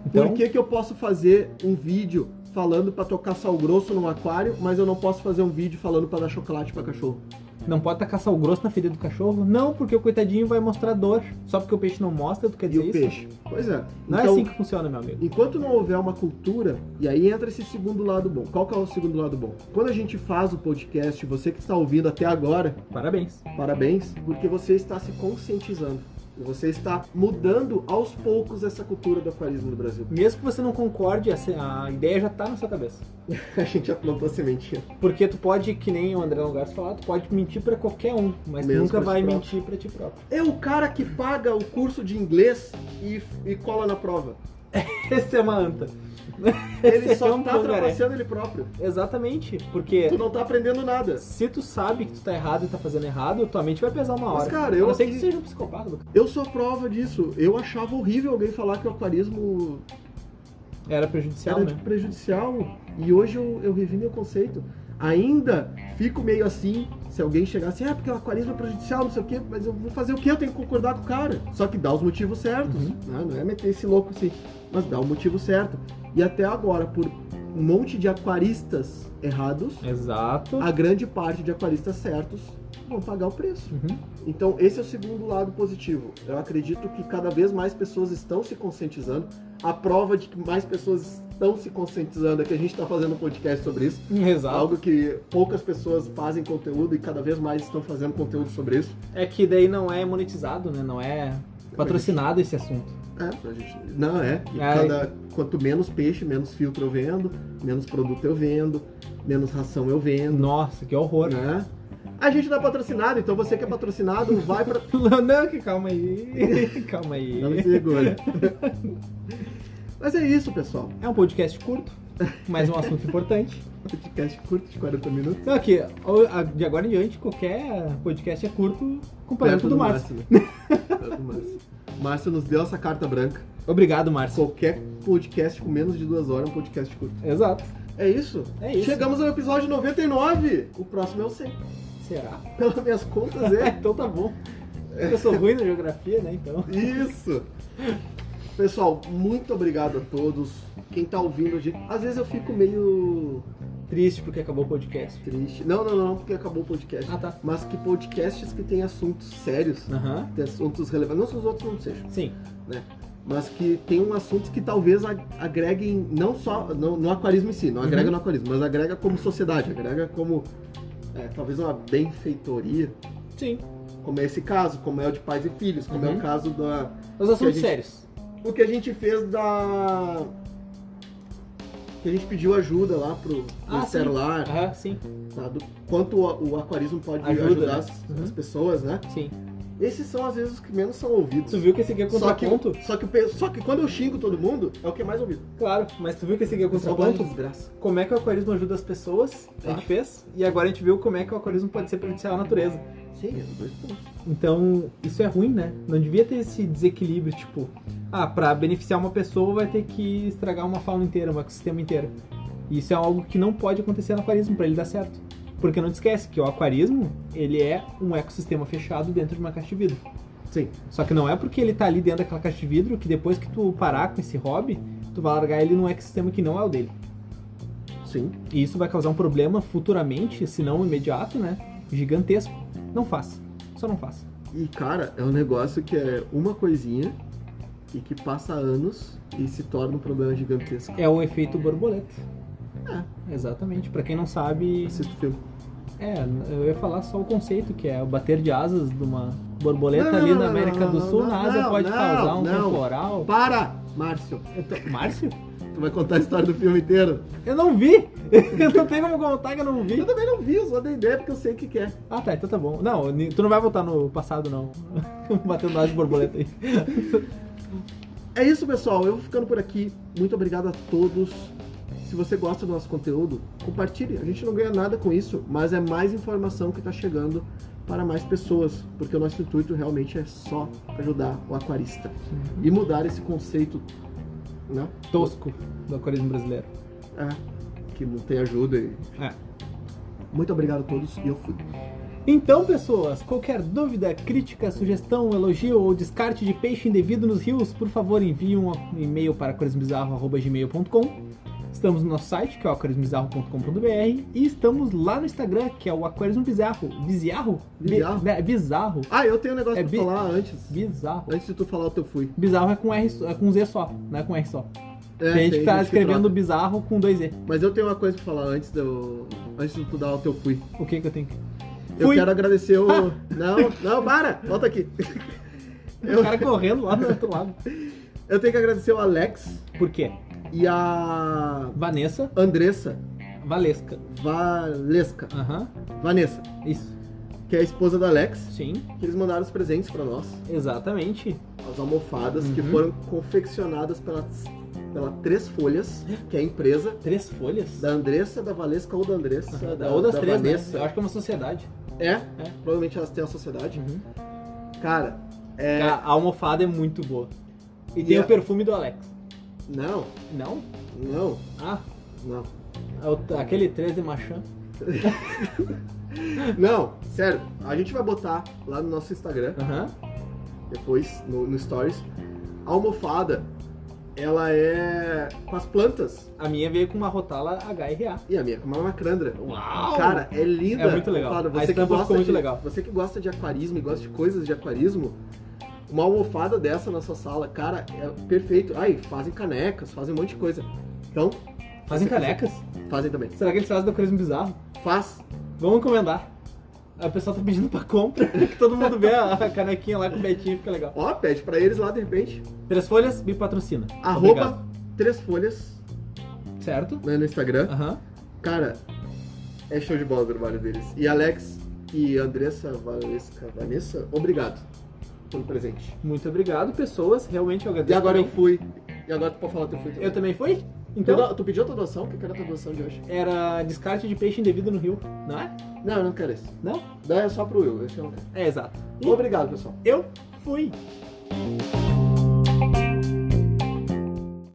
Speaker 1: Então,
Speaker 2: Por que, que eu posso fazer um vídeo falando para tocar sal grosso num aquário, mas eu não posso fazer um vídeo falando para dar chocolate para cachorro?
Speaker 1: não pode tacar sal grosso na ferida do cachorro? Não, porque o coitadinho vai mostrar dor. Só porque o peixe não mostra, tu quer
Speaker 2: E
Speaker 1: dizer
Speaker 2: o
Speaker 1: isso?
Speaker 2: peixe? Pois é.
Speaker 1: Não é
Speaker 2: Então,
Speaker 1: assim que funciona, meu amigo.
Speaker 2: Enquanto não houver uma cultura, e aí entra esse segundo lado bom. Qual que é o segundo lado bom? Quando a gente faz o podcast, você que está ouvindo até agora,
Speaker 1: Parabéns.
Speaker 2: parabéns, porque você está se conscientizando. Você está mudando aos poucos essa cultura do aquarismo no Brasil.
Speaker 1: Mesmo que você não concorde, a se- a ideia já tá na sua cabeça.
Speaker 2: A gente já plantou a sementinha.
Speaker 1: Porque tu pode, que nem o André Longares falou, tu pode mentir pra qualquer um, mas tu
Speaker 2: Mesmo
Speaker 1: nunca
Speaker 2: pra ti
Speaker 1: vai
Speaker 2: próprio.
Speaker 1: mentir pra ti próprio.
Speaker 2: É o cara que paga o curso de inglês e, e cola na prova.
Speaker 1: Essa é uma anta.
Speaker 2: Ele
Speaker 1: Esse é
Speaker 2: só
Speaker 1: um
Speaker 2: tá
Speaker 1: bom, cara.
Speaker 2: trapaceando ele próprio.
Speaker 1: Exatamente, porque
Speaker 2: Tu não tá aprendendo nada.
Speaker 1: se tu sabe que tu tá errado e tá fazendo errado, tua mente vai pesar uma hora.
Speaker 2: Mas, cara, eu
Speaker 1: A não ser que
Speaker 2: aqui-
Speaker 1: tu seja um psicopata. Lucas.
Speaker 2: Eu sou a prova disso. Eu achava horrível alguém falar que o aquarismo
Speaker 1: Era prejudicial,
Speaker 2: era
Speaker 1: né?
Speaker 2: de prejudicial. E hoje eu, eu revi meu conceito. Ainda fico meio assim, se alguém chegar assim, ah, porque o aquarismo é prejudicial, não sei o quê, mas eu vou fazer o quê? Eu tenho que concordar com o cara. Só que dá os motivos certos.
Speaker 1: Uhum.
Speaker 2: né? Não é meter esse louco assim, mas dá o motivo certo. E até agora, por um monte de aquaristas errados,
Speaker 1: Exato.
Speaker 2: a grande parte de aquaristas certos vão pagar o preço.
Speaker 1: Uhum.
Speaker 2: Então, esse é o segundo lado positivo. Eu acredito que cada vez mais pessoas estão se conscientizando. A prova de que mais pessoas estão se conscientizando é que a gente está fazendo um podcast sobre isso.
Speaker 1: Exato.
Speaker 2: Algo que poucas pessoas fazem conteúdo e cada vez mais estão fazendo conteúdo sobre isso.
Speaker 1: É que daí não é monetizado, né? Não é patrocinado esse assunto.
Speaker 2: É, pra gente. Não, é. E
Speaker 1: Ai.
Speaker 2: cada- quanto menos peixe, menos filtro eu vendo, menos produto eu vendo, menos ração eu vendo,
Speaker 1: Nossa, que horror.
Speaker 2: né? A gente não é patrocinado, então você que é patrocinado, vai pra.
Speaker 1: Não, que calma aí. calma aí.
Speaker 2: Não me segura. Mas é isso, pessoal.
Speaker 1: É um podcast curto, mas um assunto importante.
Speaker 2: Podcast curto de 40 minutos.
Speaker 1: Então aqui, ó, a- de agora em diante, qualquer podcast é curto comparando com o do Márcio.
Speaker 2: Perto do Márcio. Márcio nos deu essa carta branca.
Speaker 1: Obrigado, Márcio.
Speaker 2: Qualquer podcast com menos de duas horas é um podcast curto.
Speaker 1: Exato.
Speaker 2: É isso?
Speaker 1: É isso.
Speaker 2: Chegamos ao episódio 99. O próximo é o 100.
Speaker 1: Será?
Speaker 2: Pelas minhas contas,
Speaker 1: É,
Speaker 2: é.
Speaker 1: então tá bom. Eu sou ruim na geografia, né? Então.
Speaker 2: Isso! Pessoal, muito obrigado a todos. Quem tá ouvindo a gente. Às vezes eu fico meio
Speaker 1: Triste porque acabou o podcast.
Speaker 2: triste. Não, não, não, porque acabou o podcast.
Speaker 1: Ah, tá.
Speaker 2: Mas que podcasts que tem assuntos sérios,
Speaker 1: Aham.
Speaker 2: tem assuntos relevantes. Não que os outros não sejam,
Speaker 1: Sim.
Speaker 2: mas que tem um assuntos que talvez ag- agreguem não só no, no aquarismo em si, não agrega
Speaker 1: Uhum.
Speaker 2: no aquarismo, mas agrega como sociedade, agrega como é, talvez uma benfeitoria,
Speaker 1: Sim.
Speaker 2: como é esse caso, como é o de pais e filhos, como é
Speaker 1: Uhum.
Speaker 2: o caso da
Speaker 1: Os assuntos
Speaker 2: gente-
Speaker 1: sérios.
Speaker 2: o que a gente fez da. Que a gente pediu ajuda lá pro, pro
Speaker 1: Ah,
Speaker 2: Sterlar,
Speaker 1: Aham, sim.
Speaker 2: tá? Do quanto o, o aquarismo pode
Speaker 1: Ajuda,
Speaker 2: ajudar
Speaker 1: né?
Speaker 2: as,
Speaker 1: Uhum.
Speaker 2: as pessoas, né?
Speaker 1: Sim.
Speaker 2: Esses são às vezes os que menos são ouvidos.
Speaker 1: Tu viu que esse aqui é
Speaker 2: Só que,
Speaker 1: contraponto?
Speaker 2: só, que, o pe- só que quando eu xingo todo mundo, é o que é mais ouvido.
Speaker 1: Claro, mas tu viu que esse aqui é
Speaker 2: Só gosto de
Speaker 1: contraponto?
Speaker 2: desgraça.
Speaker 1: Como é que o aquarismo ajuda as pessoas? A gente fez. E agora a gente viu como é que o aquarismo pode ser prejudicial à natureza.
Speaker 2: Sim, é dois pontos.
Speaker 1: Então, isso é ruim, né? Não devia ter esse desequilíbrio, tipo, ah, pra beneficiar uma pessoa vai ter que estragar uma fauna inteira, um ecossistema inteiro. E Isso é algo que não pode acontecer no aquarismo pra ele dar certo. Porque não te esquece que o aquarismo, ele é um ecossistema fechado dentro de uma caixa de vidro.
Speaker 2: Sim.
Speaker 1: Só que não é porque ele tá ali dentro daquela caixa de vidro que depois que tu parar com esse hobby, tu vai largar ele num ecossistema que não é o dele.
Speaker 2: Sim.
Speaker 1: E isso vai causar um problema futuramente, se não imediato, né? Gigantesco. Não faça. Só não faça.
Speaker 2: E cara, é um negócio que é uma coisinha e que passa anos e se torna um problema gigantesco.
Speaker 1: É o efeito borboleta.
Speaker 2: É.
Speaker 1: Exatamente. Pra quem não sabe,
Speaker 2: Assista o filme.
Speaker 1: é, eu ia falar só o conceito que é o bater de asas de uma borboleta
Speaker 2: Não,
Speaker 1: ali
Speaker 2: não,
Speaker 1: na
Speaker 2: não,
Speaker 1: América
Speaker 2: não,
Speaker 1: do
Speaker 2: não,
Speaker 1: Sul,
Speaker 2: não,
Speaker 1: na Ásia
Speaker 2: não,
Speaker 1: pode
Speaker 2: não,
Speaker 1: causar um
Speaker 2: não.
Speaker 1: temporal.
Speaker 2: Para, Márcio!
Speaker 1: Eu tô- Márcio?
Speaker 2: Tu vai contar a história do filme inteiro?
Speaker 1: Eu não vi. Eu não tenho como contar que eu não vi.
Speaker 2: Eu também não vi, eu só dei ideia porque eu sei o que, que é.
Speaker 1: Ah, tá, então tá bom. Não, ni- tu não vai voltar no passado não. Batendo asa de borboleta aí.
Speaker 2: É isso, pessoal. Eu vou ficando por aqui. Muito obrigado a todos. Se você gosta do nosso conteúdo, compartilhe. A gente não ganha nada com isso, mas é mais informação que está chegando para mais pessoas, porque o nosso intuito realmente é só ajudar o aquarista e mudar esse conceito, né?
Speaker 1: Tosco do aquarismo brasileiro.
Speaker 2: É, que não tem ajuda. E...
Speaker 1: É.
Speaker 2: Muito obrigado a todos e eu fui.
Speaker 1: Então, pessoas, qualquer dúvida, crítica, sugestão, elogio ou descarte de peixe indevido nos rios, por favor, envie um e-mail para aquarismobizarro.gmail.com. Estamos no nosso site, que é o aquarismobizarro.com.br, e estamos lá no Instagram, que é o Aquarismo Bizarro. Bizarro? Bi-
Speaker 2: Bizarro.
Speaker 1: né, Bizarro.
Speaker 2: Ah, eu tenho um negócio
Speaker 1: É
Speaker 2: pra
Speaker 1: bi-
Speaker 2: falar antes.
Speaker 1: Bizarro.
Speaker 2: Antes de tu falar o teu fui.
Speaker 1: Bizarro é com, R, só- é com Z só, não é com R só.
Speaker 2: É,
Speaker 1: tem gente que tá
Speaker 2: gente que
Speaker 1: escrevendo
Speaker 2: troca.
Speaker 1: bizarro com dois E.
Speaker 2: Mas eu tenho uma coisa pra falar antes do. Antes de tu dar o teu fui.
Speaker 1: O que que eu tenho que...
Speaker 2: Eu
Speaker 1: Fui.
Speaker 2: quero agradecer o. não, não, para! Volta aqui.
Speaker 1: O cara correndo lá do outro lado.
Speaker 2: Eu tenho que agradecer o Alex
Speaker 1: Por quê?
Speaker 2: e a
Speaker 1: Vanessa
Speaker 2: Andressa
Speaker 1: Valesca.
Speaker 2: Valesca.
Speaker 1: Aham.
Speaker 2: Vanessa,
Speaker 1: Isso.
Speaker 2: que é a esposa do Alex,
Speaker 1: Sim.
Speaker 2: que eles mandaram os presentes pra nós.
Speaker 1: Exatamente.
Speaker 2: As almofadas que
Speaker 1: Uhum.
Speaker 2: foram confeccionadas pelas, pela Três Folhas, que é a empresa
Speaker 1: Três folhas?
Speaker 2: da Andressa, da Valesca ou da Andressa.
Speaker 1: Aham,
Speaker 2: da,
Speaker 1: ou das
Speaker 2: da
Speaker 1: três, né?
Speaker 2: Vanessa.
Speaker 1: Eu acho que é uma sociedade.
Speaker 2: É,
Speaker 1: É.
Speaker 2: provavelmente elas têm a sociedade. Cara, é.
Speaker 1: Cara, a almofada é muito boa. E
Speaker 2: E
Speaker 1: tem
Speaker 2: a-
Speaker 1: o perfume do Alex.
Speaker 2: Não,
Speaker 1: Não?
Speaker 2: não,
Speaker 1: Ah,
Speaker 2: não.
Speaker 1: é o- aquele 13 Machan.
Speaker 2: Não, sério, a gente vai botar lá no nosso Instagram,
Speaker 1: Aham.
Speaker 2: depois, no, no Stories, a almofada ela é com as plantas.
Speaker 1: A minha veio com uma rotala HRA.
Speaker 2: E a minha com uma macrandra.
Speaker 1: Uau!
Speaker 2: Cara, é linda.
Speaker 1: É muito legal.
Speaker 2: Almofada.
Speaker 1: A
Speaker 2: Você que
Speaker 1: estampa
Speaker 2: gosta
Speaker 1: ficou muito
Speaker 2: de,
Speaker 1: legal.
Speaker 2: Você que gosta de aquarismo e gosta de coisas de aquarismo, uma almofada dessa na sua sala, cara, é perfeito. Aí, fazem canecas, fazem um monte de coisa. Então,
Speaker 1: Fazem canecas?
Speaker 2: fazem também.
Speaker 1: Será que eles fazem do Crismo Bizarro?
Speaker 2: Faz.
Speaker 1: Vamos encomendar. A pessoa tá pedindo pra compra, que todo mundo vê a a canequinha lá com o Betinho, fica legal.
Speaker 2: Ó, pede pra eles lá de repente.
Speaker 1: Três Folhas me patrocina. Obrigado.
Speaker 2: Arroba três folhas
Speaker 1: Certo?
Speaker 2: né, no Instagram.
Speaker 1: Aham.
Speaker 2: Cara, é show de bola o trabalho deles. E Alex e Andressa Valesca, Vanessa, obrigado pelo presente.
Speaker 1: Muito obrigado, pessoas. Realmente eu
Speaker 2: E
Speaker 1: agradeço.
Speaker 2: agora eu
Speaker 1: também.
Speaker 2: fui. E agora tu pode falar teu fui também.
Speaker 1: Eu também fui?
Speaker 2: Tu
Speaker 1: Então
Speaker 2: do- tu pediu a tua doação? O que que era a tua doação de hoje?
Speaker 1: era descarte de peixe indevido no rio, não é?
Speaker 2: Não, eu não quero esse.
Speaker 1: Não?
Speaker 2: Daí é só pro Will, esse eu não quero.
Speaker 1: É exato. E
Speaker 2: Obrigado, pessoal.
Speaker 1: eu fui.